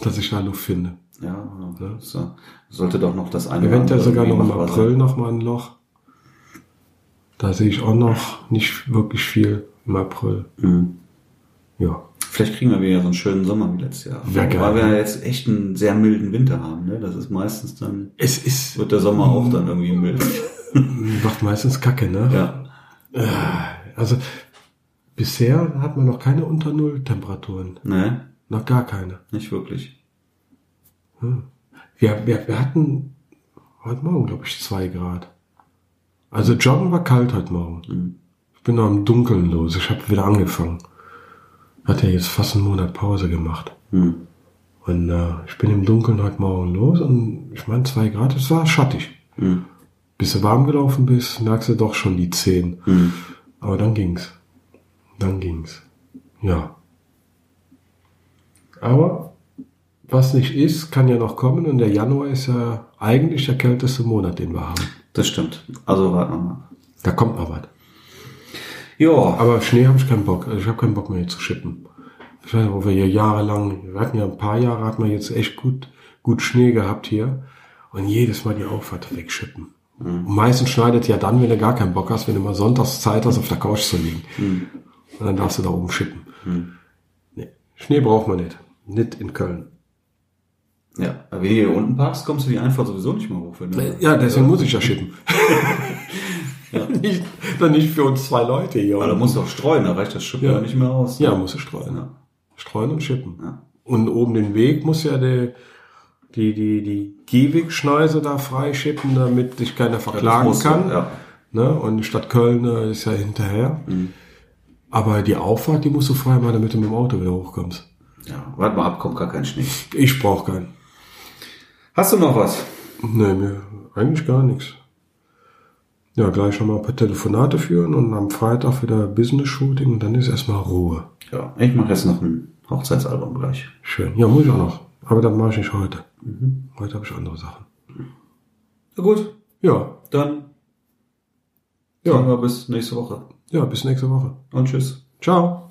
B: dass ich da Luft finde.
A: Ja,
B: Ja.
A: So. sollte doch noch das eine
B: Eventuell sogar noch im
A: machbar sein.
B: April noch mal ein Loch. Da sehe ich auch noch nicht wirklich viel im April.
A: Mhm.
B: Ja.
A: Vielleicht kriegen wir wieder so einen schönen Sommer wie letztes Jahr.
B: Wär geil.
A: Weil wir ja jetzt echt einen sehr milden Winter haben. Ne? Das ist meistens dann,
B: Es ist,
A: wird der Sommer auch dann irgendwie mild.
B: macht meistens Kacke, ne?
A: ja.
B: Also bisher hat man noch keine unter Null Temperaturen.
A: Ne?
B: Noch gar keine.
A: Nicht wirklich.
B: Wir, wir, wir hatten heute Morgen, glaube ich, zwei Grad. Also Joggen war kalt heute Morgen.
A: Mhm.
B: Ich bin noch im Dunkeln los. Ich habe wieder angefangen. Hat ja jetzt fast einen Monat Pause gemacht.
A: Mhm.
B: Und äh, ich bin im Dunkeln heute Morgen los und ich meine, zwei Grad, es war schattig.
A: Mhm.
B: Bis du warm gelaufen bist, merkst du doch schon die Zehen.
A: Mhm.
B: Aber dann ging's. Dann ging's. Ja. Aber was nicht ist, kann ja noch kommen und der Januar ist ja eigentlich der kälteste Monat, den wir haben.
A: Das stimmt. Also warten wir mal.
B: Da kommt noch was.
A: Ja.
B: Aber Schnee habe ich keinen Bock. Also Ich habe keinen Bock mehr hier zu schippen. Ich weiß nicht, wo wir hier jahrelang, wir hatten ja ein paar Jahre, hat man jetzt echt gut, gut Schnee gehabt hier. Und jedes Mal die Auffahrt wegschippen.
A: Mhm.
B: Und meistens schneidet ja dann, wenn du gar keinen Bock hast, wenn du mal sonntags Zeit hast, auf der Couch zu liegen.
A: Mhm.
B: Und dann darfst du da oben schippen. Nee. Schnee braucht man nicht. Nicht in Köln.
A: Ja, aber wenn du hier unten parkst, kommst du die Einfahrt sowieso nicht mehr hoch. Wenn du
B: Ja, deswegen muss ich ja schippen.
A: Ja.
B: nicht, dann nicht für uns zwei Leute hier.
A: Aber da musst du auch streuen, da reicht das Schiff
B: Ja.
A: ja nicht mehr aus. ne?
B: ja, musst du streuen.
A: Ja.
B: Streuen und schippen.
A: Ja.
B: Und oben den Weg muss ja der, die, die, die Gehwegschneise da freischippen, damit sich keiner verklagen
A: musst du,
B: kann.
A: ja.
B: Ne? Und die Stadt Köln äh, ist ja hinterher.
A: Mhm.
B: Aber die Auffahrt, die musst du frei machen, damit du mit dem Auto wieder hochkommst.
A: ja, warte mal ab, kommt gar kein Schnee.
B: Ich brauche keinen.
A: Hast du noch was?
B: Nee, mir eigentlich gar nichts. Ja, gleich schon mal ein paar Telefonate führen und am Freitag wieder Business-Shooting und dann ist erstmal Ruhe.
A: Ja, ich mache jetzt noch ein Hochzeitsalbum gleich.
B: Schön. Ja, muss ich auch noch. Aber das mache ich nicht heute.
A: Mhm.
B: Heute habe ich andere Sachen.
A: Na gut,
B: Ja,
A: dann
B: ja,
A: wir bis nächste Woche.
B: ja, bis nächste Woche.
A: Und tschüss.
B: Ciao.